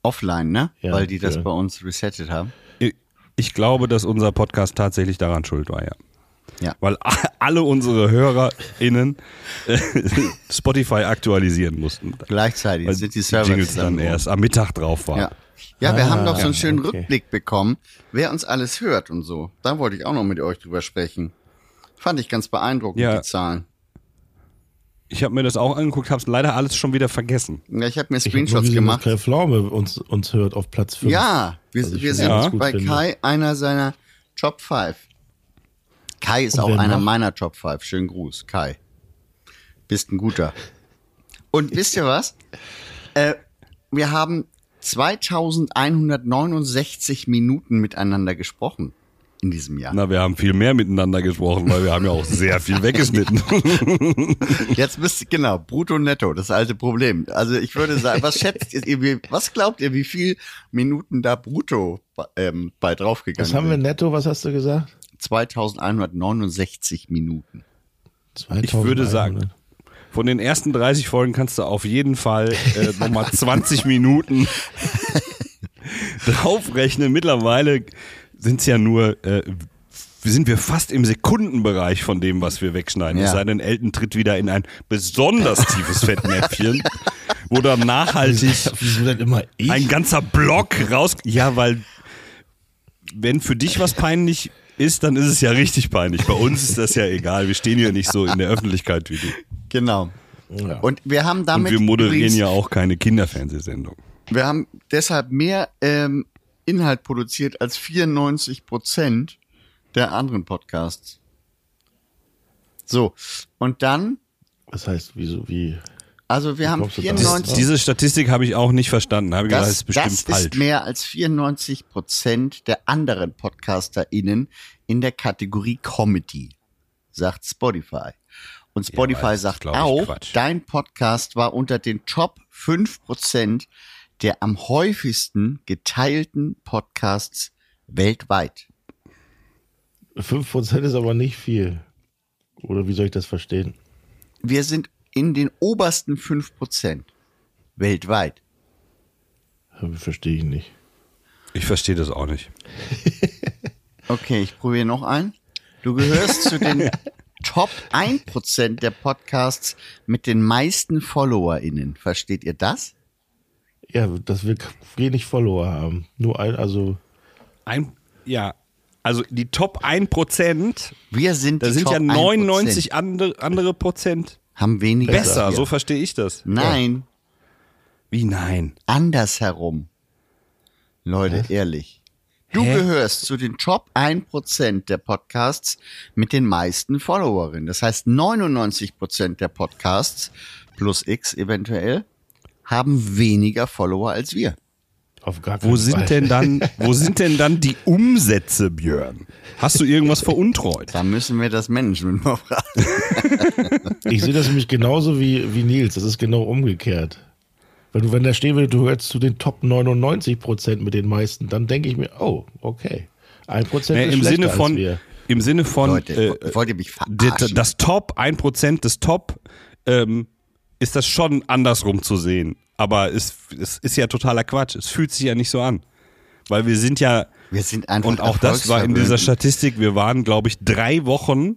offline, ne?
Ja,
Weil die das
ja.
bei uns resettet haben.
ich, ich glaube, dass unser Podcast tatsächlich daran schuld war, ja.
Ja.
Weil a- alle unsere HörerInnen äh, Spotify aktualisieren mussten.
Gleichzeitig
Weil
sind die Server
Jingles dann
zusammen-
erst am Mittag drauf waren.
Ja. Ja, wir
Ah,
haben doch so einen
ja,
schönen
okay.
Rückblick bekommen, wer uns alles hört und so. Da wollte ich auch noch mit euch drüber sprechen. Fand ich ganz beeindruckend,
Ja.
die Zahlen.
Ich habe mir das auch angeguckt, habe es leider alles schon wieder vergessen.
Ja,
Ich
ich habe mir
hab nur
Screenshots
gesehen,
gemacht.
Dass Kai Pflaume uns, uns hört auf Platz 5.
Ja, wir,
Was also ich
wir
schon
sind
ganz
gut
bei
finde.
Kai einer seiner Top 5. Kai ist
Und
auch
wer
einer
noch?
meiner Top 5. Schönen Gruß, Kai. Bist ein guter. Und wisst ihr was? Äh, wir haben 2169 Minuten miteinander gesprochen in diesem Jahr.
Na, wir haben viel mehr miteinander gesprochen, weil wir haben ja auch sehr viel weggeschnitten.
Jetzt müsst ihr, genau, brutto netto, das alte Problem. Also ich würde sagen, was schätzt ihr, wie- was glaubt ihr, wie viel Minuten da brutto ähm, bei draufgegangen
Was haben wir
sind?
netto? Was hast du gesagt?
2169 Minuten.
Ich würde sagen, von den ersten 30 Folgen kannst du auf jeden Fall äh, nochmal 20 Minuten draufrechnen. Mittlerweile sind es ja nur, äh, sind wir fast im Sekundenbereich von dem, was wir wegschneiden.
Ja.
Es sei denn, Elton tritt wieder in ein besonders tiefes Fettnäpfchen, wo
*laughs*
dann nachhaltig
Wieso denn immer ich?
ein ganzer Block raus. Ja, weil wenn für dich was peinlich ist, dann ist es ja richtig peinlich. Bei uns ist das ja egal. Wir stehen ja nicht so in der Öffentlichkeit wie du.
Genau.
Ja.
Und wir haben damit
Und wir moderieren
übrigens,
ja auch keine Kinderfernsehsendung.
Wir haben deshalb mehr ähm, Inhalt produziert als 94 Prozent der anderen Podcasts. So und dann,
Das heißt, wieso, wie?
also wir haben
kommst du da? Das-
94.
Diese Statistik habe ich auch nicht verstanden. Habe ich gedacht, das
Das,
ist bestimmt
das
falsch.
ist mehr als 94 Prozent der anderen PodcasterInnen in der Kategorie Comedy, sagt Spotify. Und Spotify
aber das ist,
sagt
glaub ich,
auch,
Quatsch.
dein Podcast war unter den Top 5 Prozent der am häufigsten geteilten Podcasts weltweit.
5% ist aber nicht viel. Oder wie soll ich das verstehen?
Wir sind in den obersten 5 Prozent weltweit.
Verstehe ich nicht.
ich verstehe das auch nicht.
Okay, ich probiere noch einen. Du gehörst
*laughs*
zu den Top 1% der Podcasts mit den meisten FollowerInnen. Versteht ihr das?
Ja, dass wir k- wenig Follower haben. Nur ein, also.
Ein, ja, also die Top 1%,
Wir sind
da
die
sind
Top
ja 99
1%,
andere, andere Prozent
haben weniger.
besser.
als wir.
So verstehe ich das.
Nein,
Wie nein?
andersherum. Leute, ehrlich. Du
Hä?
gehörst zu den Top 1% der Podcasts mit den meisten Followerinnen. Das heißt, 99% der Podcasts plus X eventuell haben weniger Follower als wir.
Auf gar keinen
Wo
Fall.
sind denn dann, wo sind denn dann die Umsätze, Björn? Hast du irgendwas veruntreut?
Da müssen wir das Management mal fragen.
Ich sehe das nämlich genauso wie, wie Nils. Das ist genau umgekehrt. Wenn du, wenn da stehen würde, du gehörst zu den Top 99 Prozent mit den meisten, dann denke ich mir, oh, okay. Ein Prozent
Nee,
ist
im,
schlechter
Sinne
als
von,
wir.
Im Sinne von,
Leute,
äh,
wollt ihr mich
d-
verarschen?
das Top, 1% des Top, ähm, ist das schon andersrum zu sehen. Aber es, es ist ja totaler Quatsch. Es fühlt sich ja nicht so an. Weil wir sind ja,
wir sind einfach
und auch das war in dieser
erfolgsverwöhnt.
Statistik, wir waren, glaube ich, drei Wochen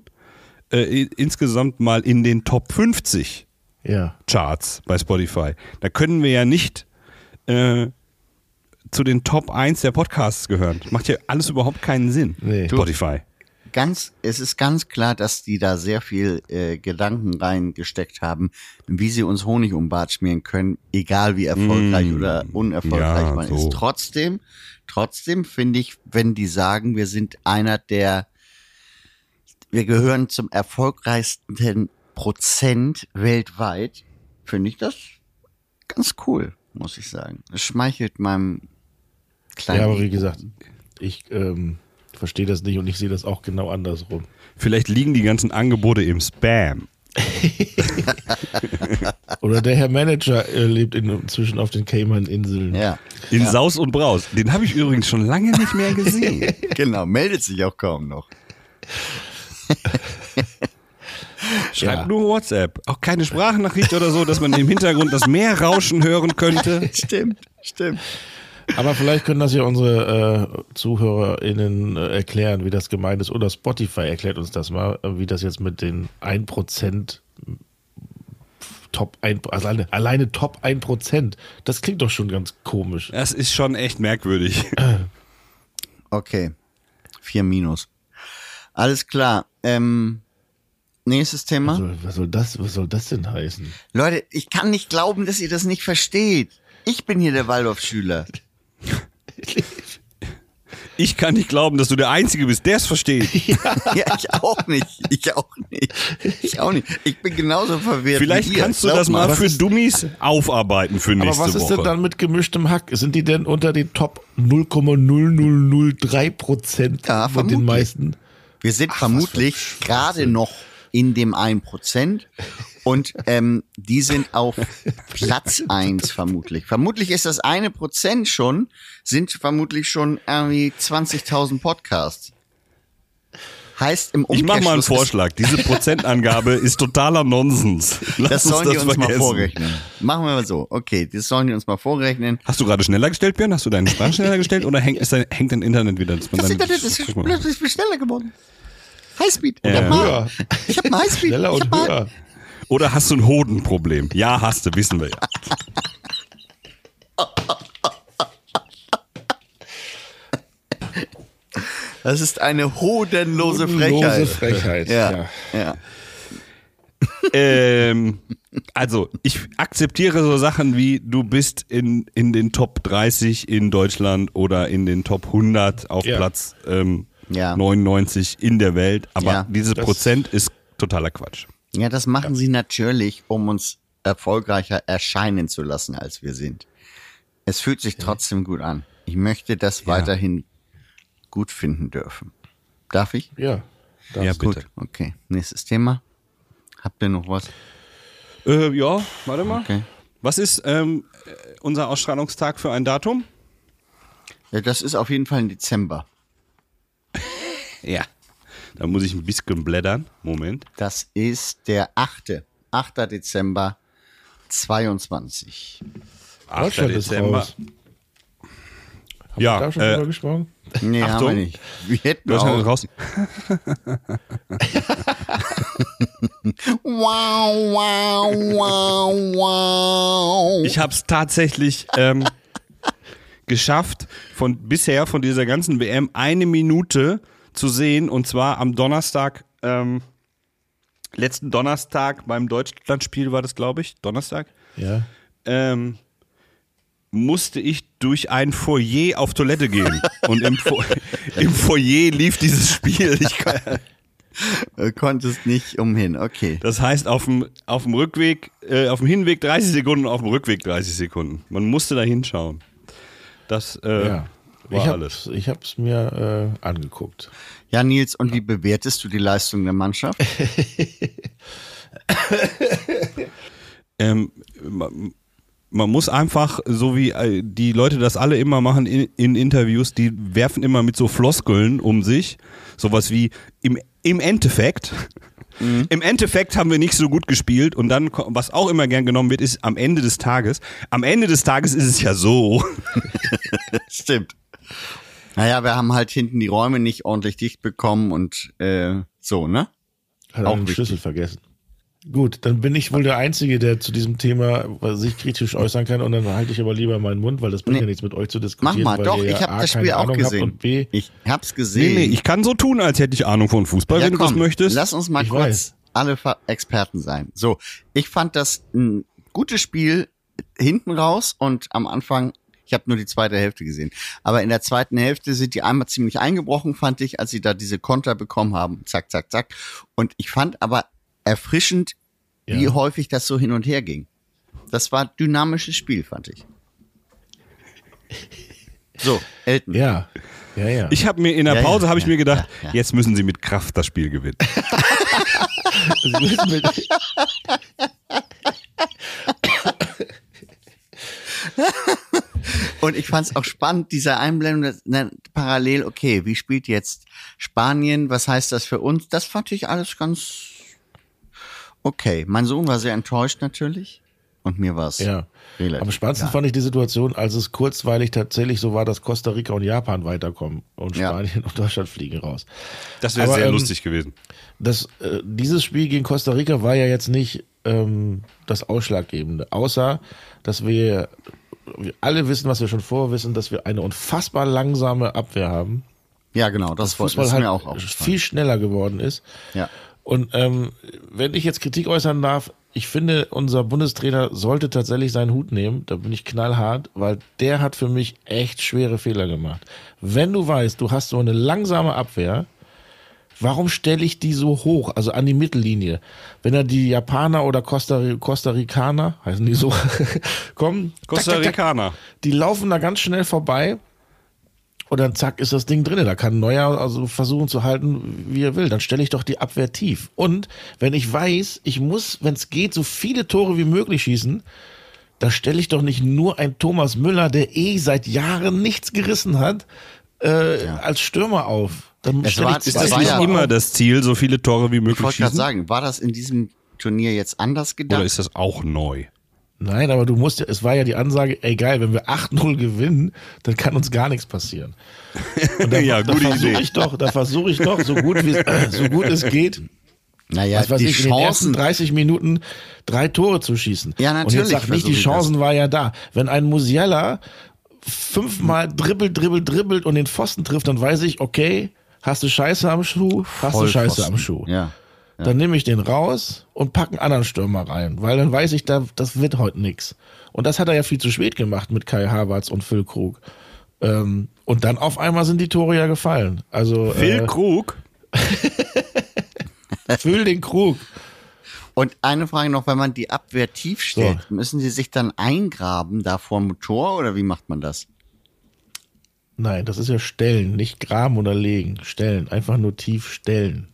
äh, i- insgesamt mal in den Top 50
Ja.
Charts bei Spotify. Da können wir ja nicht äh, zu den Top 1 der Podcasts gehören. Macht ja alles überhaupt keinen Sinn.
Nee.
Spotify.
Ganz, es ist ganz klar, dass die da sehr viel äh, Gedanken reingesteckt haben, wie sie uns Honig um den Bart schmieren können, egal wie erfolgreich
Mm,
oder unerfolgreich
Ja,
man
so.
ist. Trotzdem, trotzdem finde ich, wenn die sagen, wir sind einer der, wir gehören zum erfolgreichsten Prozent weltweit, finde ich das ganz cool, muss ich sagen. Es schmeichelt meinem kleinen.
ja, aber wie gesagt, ich ähm, verstehe das nicht und ich sehe das auch genau andersrum.
Vielleicht liegen die ganzen Angebote im Spam.
Oder der Herr Manager äh, lebt in, inzwischen auf den Cayman-Inseln.
ja, *laughs*
In Saus und Braus. Den habe ich übrigens schon lange nicht
*laughs*
mehr gesehen.
genau, meldet sich auch kaum noch.
Schreibt
Ja.
nur WhatsApp. Auch keine Sprachnachricht oder so, dass man im Hintergrund das Meerrauschen hören könnte.
Stimmt, stimmt.
Aber vielleicht können das ja unsere äh, ZuhörerInnen äh, erklären, wie das gemeint ist. Oder Spotify erklärt uns das mal, äh, wie das jetzt mit den 1% Top 1, also alleine, alleine Top 1%. Das klingt doch schon ganz komisch.
Das ist schon echt merkwürdig.
Okay. Vier Minus. Alles klar. Ähm, nächstes Thema.
Also, was, soll das, was soll das denn heißen?
Leute, ich kann nicht glauben, dass ihr das nicht versteht. Ich bin hier
*laughs*
der Waldorf-Schüler.
Ich kann nicht glauben, dass du der Einzige bist, der es versteht.
ja, ich auch nicht. Ich auch nicht. Ich auch nicht. Ich bin genauso verwirrt.
Vielleicht
wie ihr.
kannst du
Glaub
das mal
was
für
ist-
Dummies aufarbeiten für
Aber
nächste
was ist denn
Woche.
dann mit gemischtem Hack? Sind die denn unter den Top 0,0003 Prozent
Ja,
von den
vermutlich.
meisten?
Wir sind vermutlich gerade noch in dem 1% und ähm, die sind auf Platz 1 vermutlich. Vermutlich ist das eine Prozent schon, sind vermutlich schon irgendwie 20.000 Podcasts. Heißt im
Ich
Umkehrschluss...
mache mal einen Vorschlag. Diese
*laughs*
Prozentangabe ist totaler Nonsens. Lass
Das sollen
uns
die
das
uns mal
vergessen.
vorrechnen. Machen wir mal so. Okay, das sollen die uns mal vorrechnen.
Hast du gerade schneller gestellt, Björn? Hast du deinen Sprach schneller gestellt oder hängt, ist dein, hängt dein Internet wieder? Dass man
Das
dann-
Internet ist,
Guck mal.
ist viel schneller geworden. Highspeed.
Ja.
Ich hab mal,
Höher.
ich hab mal Highspeed.
Schneller
Ah. ich
und
hab mal,
höher.
Oder hast du ein Hodenproblem? Ja, hast du, wissen wir
*laughs*
ja.
Das ist eine hodenlose
Lose
Frechheit.
Frechheit.
Ja,
ja.
ja.
ähm, also, ich akzeptiere so Sachen wie, du bist in, in den Top 30 in Deutschland oder in den Top 100 auf
Ja.
Platz ähm,
Ja.
99 in der Welt. Aber
Ja,
dieses
das-
Prozent ist totaler Quatsch.
Ja, das machen sie natürlich, um uns erfolgreicher erscheinen zu lassen, als wir sind. Es fühlt sich trotzdem gut an. Ich möchte das weiterhin gut finden dürfen. Darf ich?
Ja. Das ja.
ja, bitte.
Okay. Nächstes Thema. Habt ihr noch was?
Äh, ja, warte mal.
Okay.
Was ist ähm, äh, unser Ausstrahlungstag für ein Datum?
Ja, das ist auf jeden Fall im Dezember.
Ja. Da muss ich ein bisschen blättern. Moment.
Das ist der 8. 8. Dezember 22.
8.
Deutschland ist raus.
Ja,
Ah,
Da schon
äh,
drüber gesprochen?
Nee,
Achtung.
haben wir nicht. Wir hätten
Deutschland
auch.
ist raus.
Wow, wow, wow, wow.
Ich habe es tatsächlich ähm, geschafft, von bisher von dieser ganzen WM eine Minute zu sehen und zwar am Donnerstag, ähm, letzten Donnerstag beim Deutschlandspiel war das, glaube ich, Donnerstag.
Ja.
Ähm, musste ich durch ein Foyer auf Toilette gehen. Und
*laughs*
im, Fo im Foyer lief dieses Spiel. Ich, kann-
Äh, Konntest nicht umhin. Okay.
das heißt, auf dem, auf dem Rückweg, äh, auf dem Hinweg 30 Sekunden, auf dem Rückweg 30 Sekunden. Man musste da hinschauen. Das äh,
ja.
war
ich hab's,
alles.
Ich hab's mir äh,
*laughs*
angeguckt.
Ja, Nils, und wie bewertest du die Leistung
*laughs*
der Mannschaft?
Ähm, ma- man muss einfach, so wie äh, die Leute das alle immer machen in, in Interviews, die werfen immer mit so Floskeln um sich. Sowas wie im, im Endeffekt. Im Endeffekt haben wir nicht so gut gespielt und dann, ko- was auch immer gern genommen wird, ist am Ende des Tages. Am Ende des Tages ist es ja so.
Stimmt. Naja, wir haben halt hinten die Räume nicht ordentlich dicht bekommen und äh, so, ne?
Hat auch
Auch
einen
wichtig.
Schlüssel vergessen. Gut, dann bin ich wohl der Einzige, der zu diesem Thema äh, sich kritisch äußern kann und dann halte ich aber lieber meinen Mund, weil das bringt
Nee.
ja nichts mit euch zu
Mach
diskutieren.
mal,
weil
doch,
ihr ja
ich habe
A,
das
keine
Spiel auch
Ahnung habt
gesehen.
Und B,
ich hab's gesehen.
Nee, nee, ich kann so tun, als hätte ich Ahnung von Fußball, wenn du das möchtest.
Lass uns mal
Ich
kurz
weiß.
alle Fa- Experten sein. So, ich fand das ein gutes Spiel hinten raus und am Anfang, ich habe nur die zweite Hälfte gesehen. Aber in der zweiten Hälfte sind die einmal ziemlich eingebrochen, fand ich, als sie da diese Konter bekommen haben. Zack, zack, zack. Und ich fand aber erfrischend, wie
Ja.
häufig das so hin und her ging. Das war dynamisches Spiel, fand ich. So, Elton.
ja, ja, ja.
Ich habe mir in der
Ja, ja,
Pause habe ich
ja,
mir gedacht,
ja, ja.
jetzt müssen sie mit Kraft das Spiel gewinnen.
Sie müssen mit-
Und ich fand es auch spannend, diese Einblendung dass- na, parallel, okay, wie spielt jetzt Spanien, was heißt das für uns? Das fand ich alles ganz okay. Mein Sohn war sehr enttäuscht natürlich und mir
*laughs*
war's.
ja.
relativ
Am spannendsten
egal.
fand ich die Situation, als es kurzweilig tatsächlich so war, dass Costa Rica und Japan weiterkommen und
Ja.
Spanien und Deutschland fliegen raus.
Das wäre
Aber,
sehr
ähm,
lustig gewesen.
das, äh, dieses Spiel gegen Costa Rica war ja jetzt nicht ähm, das Ausschlaggebende, außer dass wir, wir alle wissen, was wir schon vorher wissen, dass wir eine unfassbar langsame Abwehr haben.
Ja, genau, das, wollte
Fußball
das ist
halt
mir auch aufgefallen.
viel schneller geworden ist.
Ja.
Und ähm, wenn ich jetzt Kritik äußern darf, ich finde, unser Bundestrainer sollte tatsächlich seinen Hut nehmen. Da bin ich knallhart, weil der hat für mich echt schwere Fehler gemacht. Wenn du weißt, du hast so eine langsame Abwehr, warum stelle ich die so hoch, also an die Mittellinie? Wenn da die Japaner oder Costa, Costa Ricaner, heißen die so, *laughs* kommen, zack,
Costa
zack, zack,
Ricaner.
die laufen da ganz schnell vorbei und dann zack ist das Ding drinne. Da kann Neuer also versuchen zu halten, wie er will. Dann stelle ich doch die Abwehr tief. Und wenn ich weiß, ich muss, wenn es geht, so viele Tore wie möglich schießen, da stelle ich doch nicht nur einen Thomas Müller, der eh seit Jahren nichts gerissen hat, äh, als Stürmer auf. Dann
Es
stelle
war-
ich
es
Ist
zwei
das
war
nicht
ja-
Stürmer
immer
auf.
das Ziel, so viele Tore wie
Ich
möglich
wollte gerade
schießen?
sagen, war das in diesem Turnier jetzt anders gedacht?
Oder ist das auch neu?
Nein, aber du musst ja, es war ja die Ansage, ey geil, wenn wir 8-0 gewinnen, dann kann uns gar nichts passieren. Und da,
*laughs* Ja,
da
gute
versuche
Idee.
ich doch, da versuche ich doch, so gut,
*laughs*
wie es- so gut es geht,
naja,
was weiß
die
ich, in den ersten
Chancen.
30 Minuten drei Tore zu schießen.
Ja,
Und
natürlich
jetzt sag nicht,
versuche
die
ich
Chancen war ja da. Wenn ein Musiala fünfmal dribbelt, dribbelt, dribbelt und den Pfosten trifft, dann weiß ich, okay, hast du Scheiße am Schuh, hast du Scheiße
Vollpfosten.
am Schuh.
Ja.
Dann nehme ich den raus und packe einen anderen Stürmer rein, weil dann weiß ich, da, das wird heute nix. Und das hat er ja viel zu spät gemacht mit Kai Havertz und Phil Krug. Ähm, und dann auf einmal sind die Tore ja gefallen. Also
Phil
äh,
Krug?
Phil den Krug.
Und eine Frage noch, wenn man die Abwehr tief stellt, müssen sie sich dann eingraben da vor dem Tor oder wie macht man das?
Nein, das ist ja Stellen, nicht Graben oder Legen. Stellen, einfach nur tief stellen.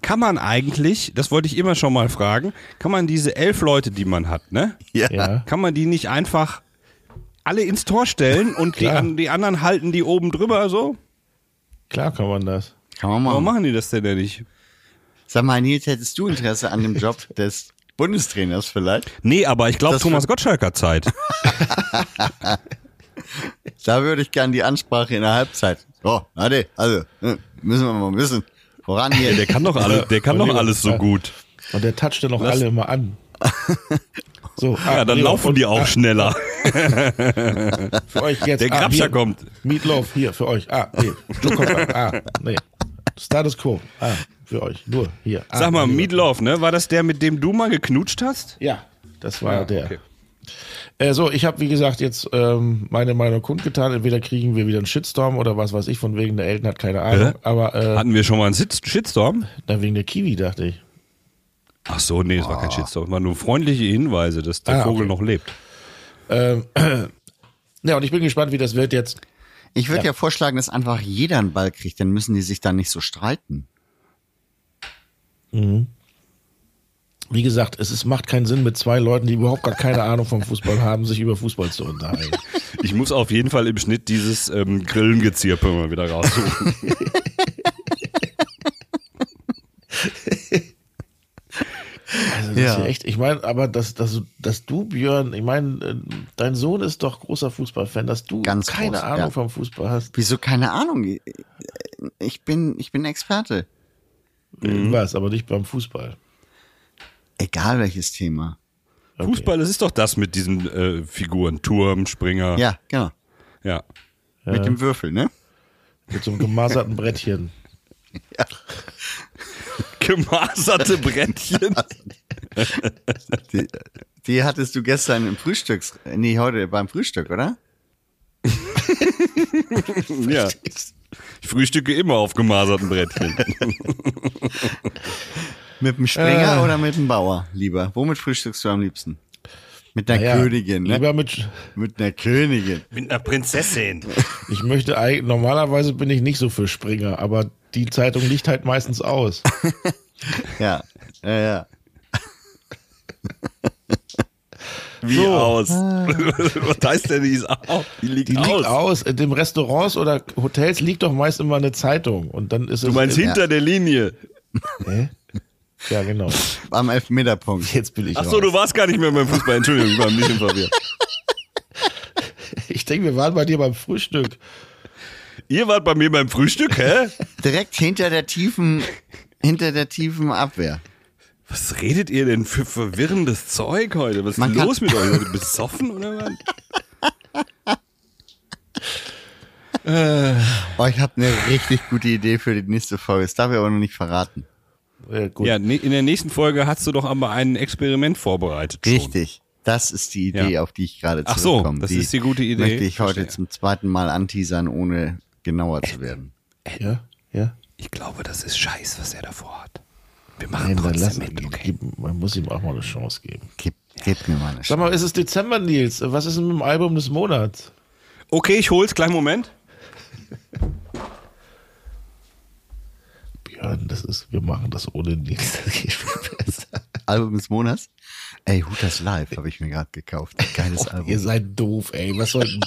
Kann man eigentlich, das wollte ich immer schon mal fragen, kann man diese elf Leute, die man hat, ne?
Ja.
Kann man die nicht einfach alle ins Tor stellen und die,
Klar.
an, die anderen halten die oben drüber so?
Klar kann man das.
Kann man
Warum
machen.
machen die das denn denn nicht?
Sag mal, Nils, hättest du Interesse an dem
*laughs*
Job des Bundestrainers vielleicht?
Nee, aber ich glaube
Das-
Thomas Gottschalker Zeit.
Da würde ich gern die Ansprache in der Halbzeit. So, warte, also, äh, müssen wir mal wissen. Voran hier.
Der kann doch alles, der kann doch alles so gut.
Und der toucht dann auch
Lass-
alle immer
*laughs*
an. So,
Ja, dann laufen die auch schneller.
Für euch jetzt. ah,
Der Grabscher
hier,
kommt.
Meatloaf, hier, für euch. Ah, nee. Du kommst an. Ah, nee. Status Quo. Ah, für euch. Nur hier. Ah,
Sag mal,
hier.
Meatloaf, ne? War das der, mit dem du mal geknutscht hast?
Ja, das war der.
Ah, okay.
Äh, so, ich habe, wie gesagt, jetzt ähm, meine Meinung kundgetan. Entweder kriegen wir wieder einen Shitstorm oder was weiß ich, von wegen der Eltern hat keine Ahnung.
Hä?
Aber äh,
Hatten wir schon mal einen Shit- Shitstorm?
na, wegen der Kiwi, dachte ich.
Ach so, nee, es war kein Shitstorm. Es waren nur freundliche Hinweise, dass der
Ah,
Vogel
okay.
noch lebt.
Ja, und ich bin gespannt, wie das wird jetzt.
Ich würde ja. vorschlagen, dass einfach jeder einen Ball kriegt, dann müssen die sich dann nicht so streiten.
Wie gesagt, es ist, macht keinen Sinn, mit zwei Leuten, die überhaupt gar keine Ahnung vom Fußball haben, sich über Fußball zu unterhalten.
Ich muss auf jeden Fall im Schnitt dieses ähm, Grillengezirpe mal wieder raussuchen.
Also das ist
Ja.
ja echt, ich meine, aber dass, dass, dass du, Björn, ich meine, äh, dein Sohn ist doch großer Fußballfan, dass du
Ganz
keine
groß,
Ahnung
ja.
vom Fußball hast.
Wieso keine Ahnung? Ich bin, ich bin Experte.
Äh, Was, aber nicht beim Fußball.
Egal welches Thema.
Okay.
Fußball, das ist doch das mit diesen äh, Figuren, Turm, Springer.
Ja, genau.
ja.
Mit dem Würfel, ne?
Mit so einem gemaserten Brettchen.
Gemaserte Brettchen.
Die, die hattest du gestern im Frühstücks, nee, heute beim Frühstück, oder?
ja. Ich frühstücke immer auf gemaserten Brettchen.
Mit dem
Äh.
Springer oder mit dem Bauer lieber? Womit frühstückst du am liebsten? Mit der
Ja,
Königin, ne?
Lieber mit,
Mit einer Königin.
*laughs* Mit einer Prinzessin.
ich möchte eigentlich, normalerweise bin ich nicht so für Springer, aber die Zeitung liegt halt meistens aus.
Ja, ja, ja.
Wie aus? *laughs* Was heißt denn, die ist aus? Die liegt, *laughs*
Die liegt
aus.
aus. In den Restaurants oder Hotels liegt doch meist immer eine Zeitung. Und dann ist
Du
es.
meinst hinter der Linie.
Hä? Ja, genau.
*laughs*
Am Elfmeterpunkt.
Jetzt bin ich.
Ach so,
raus.
du warst gar nicht mehr beim Fußball. Entschuldigung, ich war ein bisschen verwirrt.
Ich denke, wir waren bei dir beim Frühstück.
Ihr wart bei mir beim Frühstück, hä?
Direkt hinter der tiefen, hinter der tiefen Abwehr.
Was redet ihr denn für verwirrendes Zeug heute? Was ist
Man kann-
los mit euch? Seid ihr besoffen oder was?
Oh, ich habe eine richtig gute Idee für die nächste Folge. Das darf ich aber noch nicht verraten.
Äh, gut.
Ja, ne- in der nächsten Folge hast du doch aber ein Experiment vorbereitet. schon.
Richtig. Das ist die Idee,
Ja.
auf die ich gerade
Ach so,
zurückkomme.
das ist die gute Idee.
Möchte ich heute
Verstehe.
zum zweiten Mal anteasern, ohne genauer zu werden.
Ja, ja.
Ich glaube, das ist Scheiß, was er davor hat. Wir machen
Nein, dann lass
trotzdem
ihn.
mit, okay?
Gib- Man muss ihm auch mal eine Chance geben.
Gib, gib mir mal eine
Sag
Chance.
mal, ist es Dezember, Nils? Was ist denn mit dem Album des Monats?
Okay, ich hol's, kleinen Moment.
Björn, das ist, wir machen das ohne Nils. *laughs* Das geht viel besser.
Album des Monats. Ey, Hutas Live habe ich mir gerade gekauft. Geiles Album.
Ihr seid doof, ey. Was soll denn-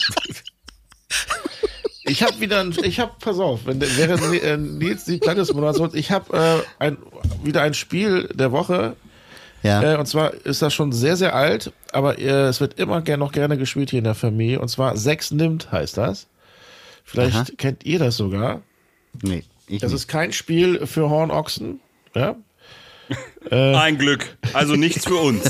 Ich habe wieder ein, ich habe, pass auf, wenn der, während äh, Nils die Platte des Monats holt, ich habe äh, ein, wieder ein Spiel der Woche.
Ja.
Äh, und zwar ist das schon sehr, sehr alt, aber äh, es wird immer gern, noch gerne gespielt hier in der Familie. Und zwar Sechs nimmt heißt das. Vielleicht
Aha.
kennt ihr das sogar.
nee, ich
Das
nicht.
ist kein Spiel für Hornochsen. Ja?
Ein Glück. Also nichts für uns.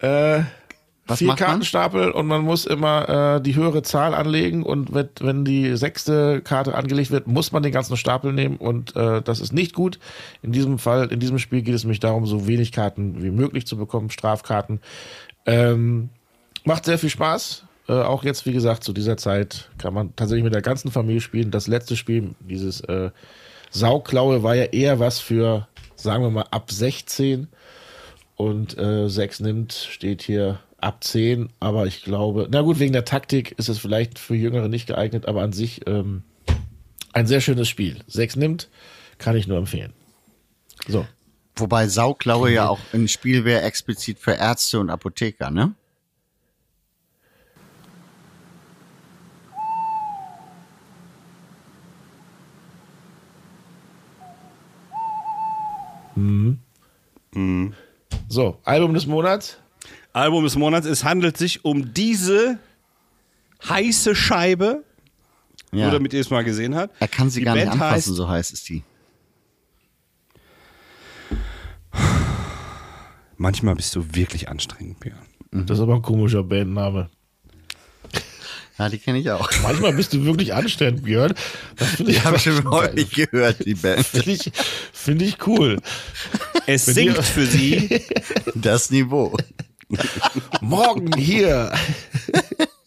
Was
Vier
macht man?
Kartenstapel und man muss immer äh, die höhere Zahl anlegen und wenn, wenn die sechste Karte angelegt wird, muss man den ganzen Stapel nehmen und äh, das ist nicht gut. In diesem Fall, in diesem Spiel geht es mich darum, so wenig Karten wie möglich zu bekommen, Strafkarten. Ähm, macht sehr viel Spaß. Äh, auch jetzt, wie gesagt, zu dieser Zeit kann man tatsächlich mit der ganzen Familie spielen. Das letzte Spiel, dieses äh, Sauklaue, war ja eher was für, sagen wir mal, ab 16. Und äh, 6 nimmt, steht hier ab 10. Aber ich glaube, na gut, wegen der Taktik ist es vielleicht für Jüngere nicht geeignet, aber an sich ähm, ein sehr schönes Spiel. 6 nimmt, kann ich nur empfehlen. So.
Wobei Sauklaue ja auch ein Spiel wäre explizit für Ärzte und Apotheker, ne?
So, Album des Monats.
Album des Monats. Es handelt sich um diese heiße Scheibe,
Ja.
nur damit ihr es mal gesehen habt.
er kann sie
Die
gar nicht
Band
anfassen,
heißt-
so heiß ist die.
Manchmal bist du wirklich anstrengend, Björn.
Das ist aber ein komischer Bandname.
Ja, die kenne ich auch. *laughs*
Manchmal bist du wirklich anständig, Björn. Das finde ich,
Die habe ich
*laughs*
schon
aber geil.
häufig gehört,
*laughs*
die Band.
Finde ich, finde ich cool.
Es
Wenn
singt
ihr-
für sie
Das Niveau.
Morgen hier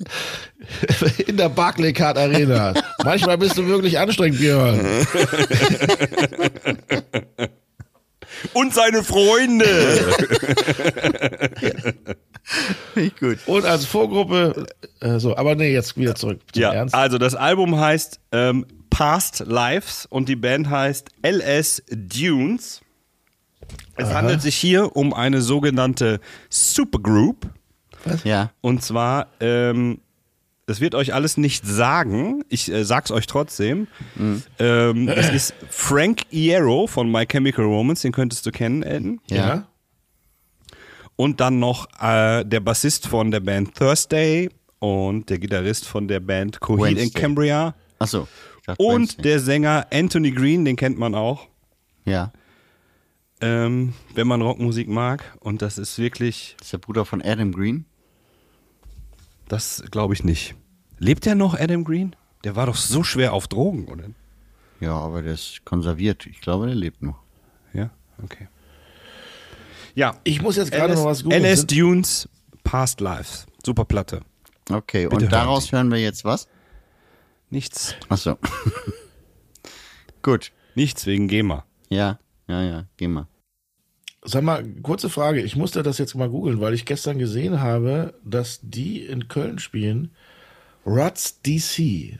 *laughs* in der Barclaycard Arena. Manchmal bist du wirklich anstrengend, Björn.
und seine Freunde.
Finde ich gut.
Und als Vorgruppe, äh, so, aber nee, jetzt wieder zurück zum
ja,
Ernst.
also das Album heißt ähm, Past Lives und die Band heißt LS Dunes. Es handelt sich hier um eine sogenannte Supergroup.
Ja.
Und zwar, ähm, es wird euch alles nicht sagen, ich äh, sag's euch trotzdem.
Mhm.
Ähm, es ist Frank Iero von My Chemical Romance, den könntest du kennen, Elton.
Ja.
Und dann noch äh, der Bassist von der Band Thursday und der Gitarrist von der Band Coheed and
Wednesday.
Cambria.
Ach so. Ich dachte,
Und
Wednesday.
der Sänger Anthony Green, den kennt man auch,
Ja.
ähm, wenn man Rockmusik mag. Und das ist wirklich,
Das ist der Bruder von Adam Green.
das glaube ich nicht. Lebt der noch, Adam Green? Der war doch so schwer auf Drogen, oder?
Ja, aber der ist konserviert. Ich glaube, der lebt noch.
Ja, okay. Ja,
Ich muss jetzt gerade
LS,
noch was googeln.
LS
Sind-
Dunes Past Lives. Super Platte.
Okay,
Bitte
und
hört
daraus hören wir jetzt was?
Nichts.
Ach so. *laughs* Gut.
Nichts wegen GEMA.
Ja, ja, ja. Geh mal. *laughs*
Sag mal, kurze Frage. Ich musste das jetzt mal googeln, weil ich gestern gesehen habe, dass die in Köln spielen. Ruts DC.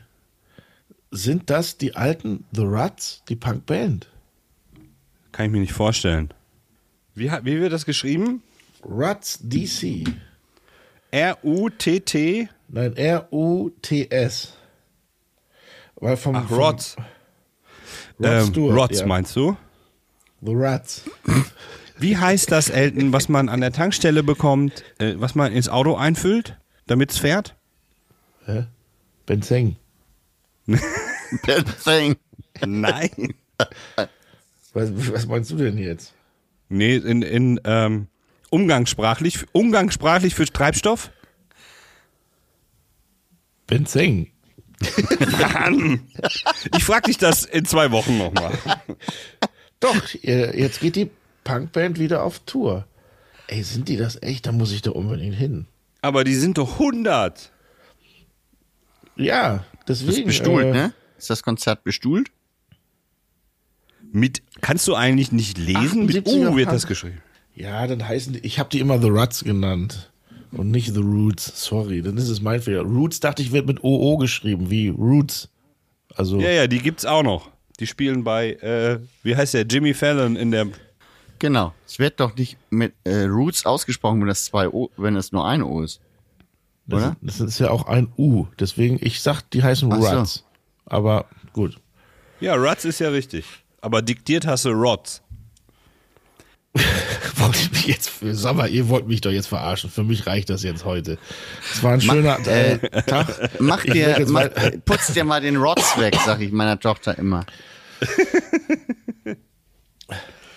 Sind das die alten The Ruts, die Punkband?
Kann ich mir nicht vorstellen. Wie, hat- wie wird das geschrieben?
Ruts DC.
R-U-T-T.
Nein, R-U-T-S. Weil vom.
Ach,
vom-
Rods.
Rod
Ähm,
Stewart,
Rods
ja.
meinst du?
The Ruts.
Wie heißt das, Elton, was man an der Tankstelle bekommt, äh, was man ins Auto einfüllt, damit es fährt?
Hä? Benzeng.
Bad thing.
Nein.
Was, was meinst du denn jetzt?
Nee, in, in ähm, umgangssprachlich, umgangssprachlich für Treibstoff?
Benzeng.
Ich frag dich das in zwei Wochen nochmal.
Doch, äh, jetzt geht die Punkband wieder auf Tour. Ey, sind die das echt? Da muss ich da unbedingt hin.
Aber die sind doch 100.
Ja,
Das
deswegen.
ist bestuhlt,
äh,
ne? Ist das Konzert bestuhlt?
Mit, kannst du eigentlich nicht lesen? Mit
78er
U wird
Punk.
das geschrieben.
Ja, dann heißen die, ich habe die immer The Ruts genannt und nicht The Roots. Sorry, dann ist es mein Fehler. Roots dachte ich wird mit OO geschrieben, wie Roots. Also,
Ja, ja, die gibt's auch noch. Die spielen bei, äh, wie heißt der, Jimmy Fallon in der.
Genau. Es wird doch nicht mit äh, Roots ausgesprochen, wenn das zwei O, wenn das nur ein O ist.
das,
oder?
das ist ja auch ein U. Deswegen, ich sag, die heißen
Ach so.
Ruts. Aber gut.
Ja, Ruts ist ja richtig. Aber diktiert hast du Rods.
*laughs* Wollt ihr mich jetzt, sag mal, ihr wollt mich doch jetzt verarschen. Für mich reicht das jetzt heute. Es war ein schöner äh, Tag. *laughs*
Mach
Ich sag
dir,
jetzt
mach, äh,
mal-
putz dir mal den Rotz weg, sag ich meiner Tochter immer.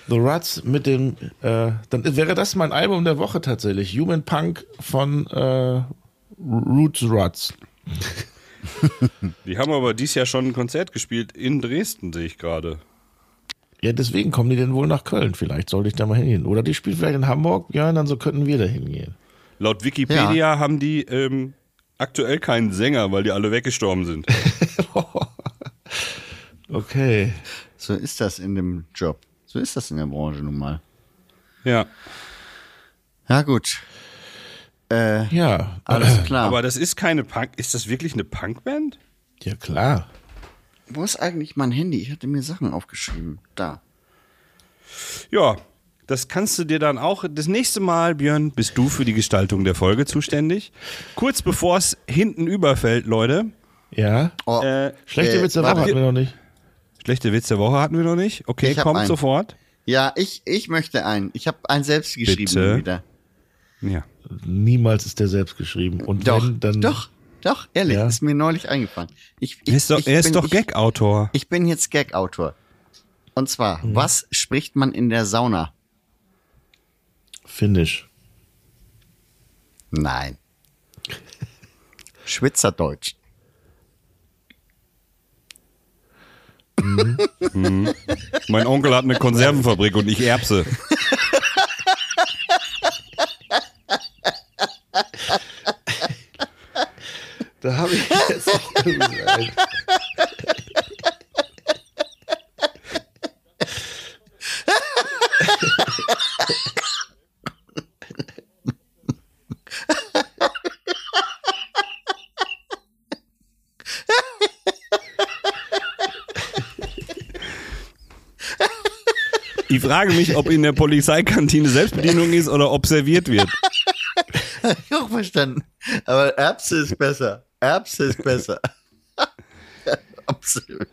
The Ruts mit dem, äh, dann wäre das mein Album der Woche tatsächlich. Human Punk von äh, Roots Ruts.
Die haben aber dies Jahr schon ein Konzert gespielt in Dresden, sehe ich gerade.
Ja, deswegen kommen die denn wohl nach Köln. Vielleicht sollte ich da mal hingehen. Oder die spielt vielleicht in Hamburg. Ja, dann so könnten wir da hingehen.
Laut Wikipedia haben die ähm, aktuell keinen Sänger, weil die alle weggestorben
*laughs*
sind.
*laughs* Okay.
So ist das in dem Job. So ist das in der Branche nun mal.
ja.
Ja, gut.
Ja,
Alles klar.
Äh, Aber das ist keine Punk. Ist das wirklich eine Punkband?
*clears throat* ja klar.
Wo ist eigentlich mein Handy? Ich hatte mir Sachen aufgeschrieben. Da.
Ja, das kannst du dir dann auch. Das nächste Mal, Björn, bist du für die Gestaltung der Folge zuständig. Kurz bevor es hinten überfällt, Leute.
Ja.
Oh,
Äh,
Schlechte
äh,
Witze
warte.
hatten wir noch nicht.
schlechte Witz der Woche hatten wir noch nicht. Okay,
Ich hab
kommt
einen.
sofort.
Ja, ich, ich möchte einen. Ich habe einen selbst geschrieben
Bitte?
wieder.
Ja.
Niemals ist der selbst geschrieben. Und
Doch,
wenn, dann
doch, doch, ehrlich,
Ja.
ist mir neulich eingefallen. Ich, ich,
Er ist doch,
ich
er ist
bin-
doch
ich-
Gag-Autor.
Ich bin jetzt Gag-Autor. Und zwar,
Mhm.
was spricht man in der Sauna?
Finish.
Nein. Schwitzerdeutsch. *laughs*
Mein Onkel hat eine Konservenfabrik und ich erbse.
Da habe ich jetzt auch *laughs* gesagt.
Ich frage mich, ob in der Polizeikantine Selbstbedienung ist oder ob serviert wird.
Ich auch verstanden. Aber Erbse ist besser. Erbse ist besser. *laughs* Absolut.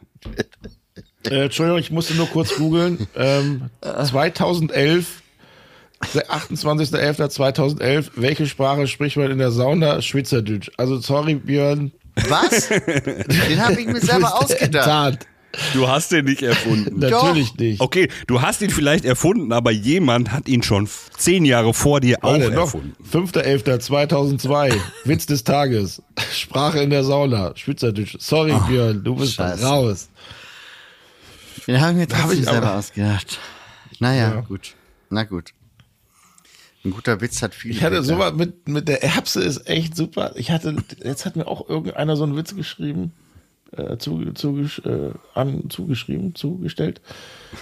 Äh, Entschuldigung, ich musste nur kurz googeln. Ähm,
Äh.
2011, der 28.11.2011, welche Sprache spricht man in der Sauna? Schweizerdeutsch. Also sorry, Björn.
Was? Den
*laughs*
habe ich mir selber ausgedacht.
Tat.
Du hast den nicht erfunden.
Natürlich nicht.
Okay, du hast ihn vielleicht erfunden, aber jemand hat ihn schon f- zehn Jahre vor dir auch
Warte, noch.
erfunden.
5.11.2002, Witz des Tages. Sprache in der Sauna, Schweizerdeutsch. Sorry, Björn, du bist
Scheiße.
raus.
Den habe ich mir trotzdem
ich aber-
selber ausgedacht. Naja,
Ja.
gut. Na gut. Ein guter Witz hat viel.
Ich hatte sowas mit, mit der Erbse ist echt super. Ich hatte, jetzt hat mir auch irgendeiner so einen Witz geschrieben, äh, zu, zugesch, äh, an, zugeschrieben, zugestellt.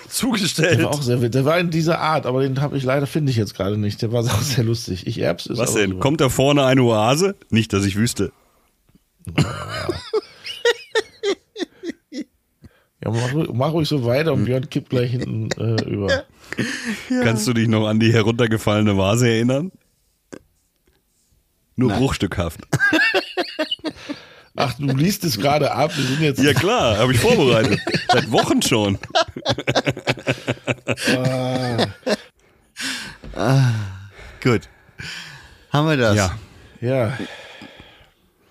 Der
Zugestellt.
war auch sehr witzig. Der war in dieser Art, aber den habe ich leider, finde ich jetzt gerade nicht. Der war *laughs* auch sehr lustig. Ich Erbse ist
Was
aber
denn?
super.
Kommt da vorne eine Oase? Nicht, dass ich wüsste.
Ja, mach, ruhig- mach ruhig so weiter
Hm.
und Björn kippt gleich hinten äh, über.
Kannst du dich noch an die heruntergefallene Vase erinnern? Nur bruchstückhaft.
Ach, du liest es gerade ab. Wir sind jetzt.
Ja klar, habe ich vorbereitet. Seit Wochen schon.
Gut. Haben wir das?
Ja,
Ja.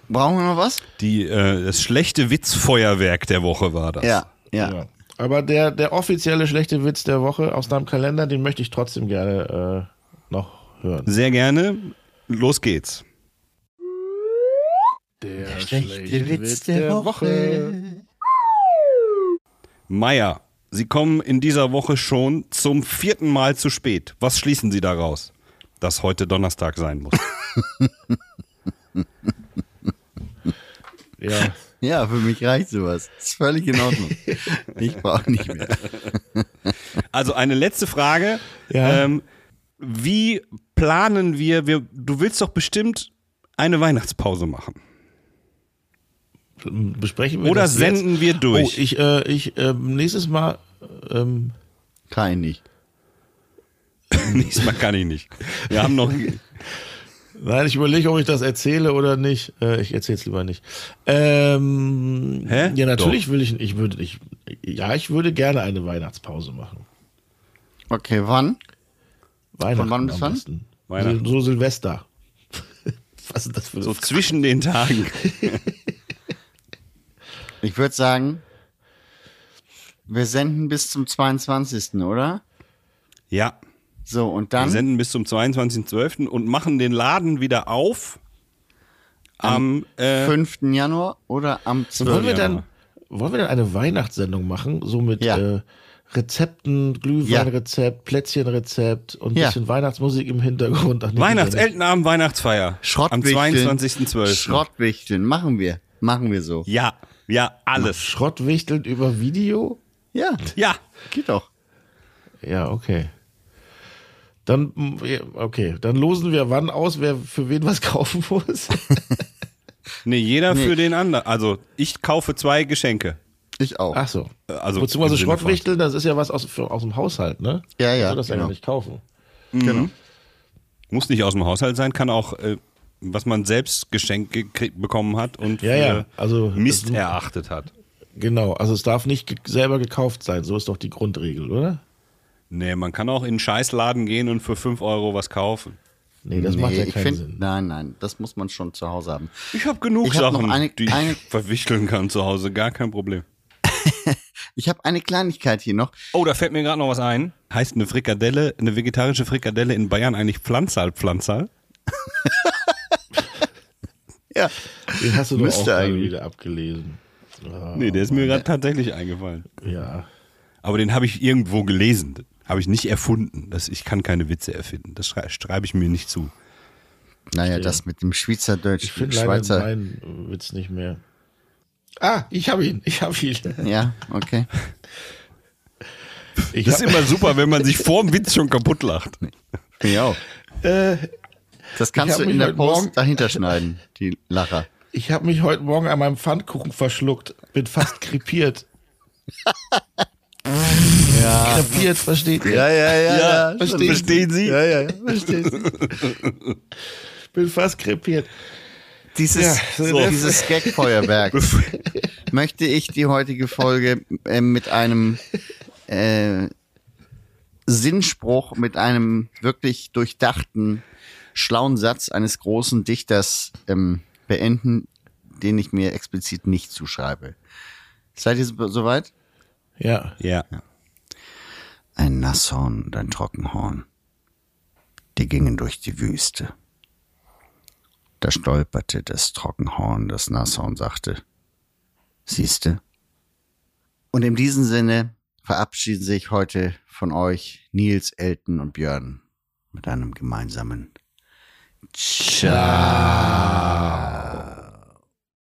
Brauchen wir noch was?
die, äh, das schlechte Witzfeuerwerk der Woche war das.
Ja, ja.
ja. Aber der, der offizielle schlechte Witz der Woche aus deinem Kalender, den möchte ich trotzdem gerne äh, noch hören.
Sehr gerne. Los geht's.
Der,
schlechte Witz der Woche.
Meier, Sie kommen in dieser Woche schon zum vierten Mal zu spät. Was schließen Sie daraus? Dass heute Donnerstag sein *laughs* muss.
Ja.
Ja, für mich reicht sowas. Ist völlig in *laughs* Ordnung. ich brauche nicht mehr.
Also eine letzte Frage.
Ja.
Ähm, wie planen wir, wir, du willst doch bestimmt eine Weihnachtspause machen.
Ähm, Besprechen wir
Oder
das jetzt?
senden wir durch.
Oh, ich, äh, ich äh, nächstes Mal. Ähm,
Kein nicht.
Nächstes Mal kann ich nicht. Wir haben noch.
Nein, ich überlege, ob ich das erzähle oder nicht. Äh, ich erzähle es lieber nicht. Ähm,
Hä?
Ja, natürlich will ich, ich würde, ich, ja, ich würde gerne eine Weihnachtspause machen.
Okay, wann?
Weihnachten
wann bis
am
wann?
besten.
Weihnachten.
So, so Silvester. *laughs* Was ist das für
*laughs* So zwischen den Tagen.
Ich würde sagen, wir senden bis zum 22., oder?
Ja.
So, und
Wir
dann
senden bis zum 22.12. und machen den Laden wieder auf am äh,
5. Januar oder am
wollen
12.
wir dann,
Januar.
wollen wir dann eine Weihnachtssendung machen? So mit
Ja.
äh, Rezepten, Glühweinrezept, Plätzchenrezept und ein
Ja.
bisschen Weihnachtsmusik im Hintergrund. Ach, nee, die-
Weihnachtseltenabend, Weihnachtsfeier. Am
Schrottwichteln.
22.12.
Schrottwichteln. Machen wir. Machen wir so.
Ja, ja, alles.
Schrottwichteln über Video?
Ja,
Ja,
geht doch.
Ja, okay. Dann, mm, ja, okay, dann losen wir wann aus, wer für wen was *laughs* kaufen muss.
nee, jeder für den anderen. Also, ich kaufe zwei Geschenke.
Ich auch.
Ach so.
Äh, also
Beziehungsweise
im Sinne von-
Schrottwichteln, das ist ja was aus, für, aus dem Haushalt, ne?
Ja, ja,
Soll das ja
genau.
gar nicht kaufen.
Muss nicht aus dem Haushalt sein, kann auch, äh, was man selbst Geschenke gekriegt- bekommen hat und
Ja,
für
ja, also-
Mist
das-
erachtet hat.
Genau, also es darf nicht ge selber gekauft sein. So ist doch die Grundregel, oder?
Nee, man kann auch in einen Scheißladen gehen und für 5 Euro was kaufen.
Nee, das macht ja
ich
keinen
find-
Sinn.
Nein, nein, das muss man schon zu Hause haben.
Ich habe genug
Ich hab noch
Sachen,
eine-
die ich
eine-
verwichteln kann zu Hause, gar kein Problem.
Ich habe eine Kleinigkeit hier noch.
Oh, da fällt mir gerade noch was ein. Heißt eine Frikadelle, eine vegetarische Frikadelle in Bayern eigentlich Pflanzal Pflanzal?
Ja.
Den hast du doch
Müsste
auch gerade
eigentlich.
wieder abgelesen. Ja,
Nee, der ist mir gerade tatsächlich eingefallen.
ja.
Aber den habe ich irgendwo gelesen. Habe ich nicht erfunden. Das, ich kann keine Witze erfinden. Das schrei- schreibe ich mir nicht zu.
Naja, das mit dem Schweizerdeutsch,
Ich finde leider
Schweizer.
meinen Witz nicht mehr. Ah, ich habe ihn, ich habe *laughs* ihn.
Ja, okay.
Ich
Das ist
hab-
immer super, wenn man sich vorm Witz schon kaputt lacht.
Ja.
*laughs*
auch. das
Äh, ich
kannst
hab
du
mich
in der
heute
Post
Morgen-
dahinter schneiden, die Lacher.
Ich habe mich heute Morgen an meinem Pfannkuchen verschluckt, bin fast krepiert. *laughs* ja. krepiert, versteht ihr?
Ja, ja, ja, ja.
verstehen,
verstehen Sie?
Ja, ja, ja, verstehen Sie. *laughs* Bin fast krepiert.
Dieses,
Ja,
so.
das-
dieses *laughs* Gag-Feuerwerk möchte ich die heutige Folge äh, mit einem äh, Sinnspruch, mit einem wirklich durchdachten, schlauen Satz eines großen Dichters ähm, beenden, den ich mir explizit nicht zuschreibe. Seid ihr so- soweit?
Ja.
Ja.
Ein Nasshorn und ein Trockenhorn. Die gingen durch die Wüste. Da stolperte das Trockenhorn, das Nasshorn sagte, siehste. Und in diesem Sinne verabschieden sich heute von euch Nils, Elton und Björn mit einem gemeinsamen Ciao.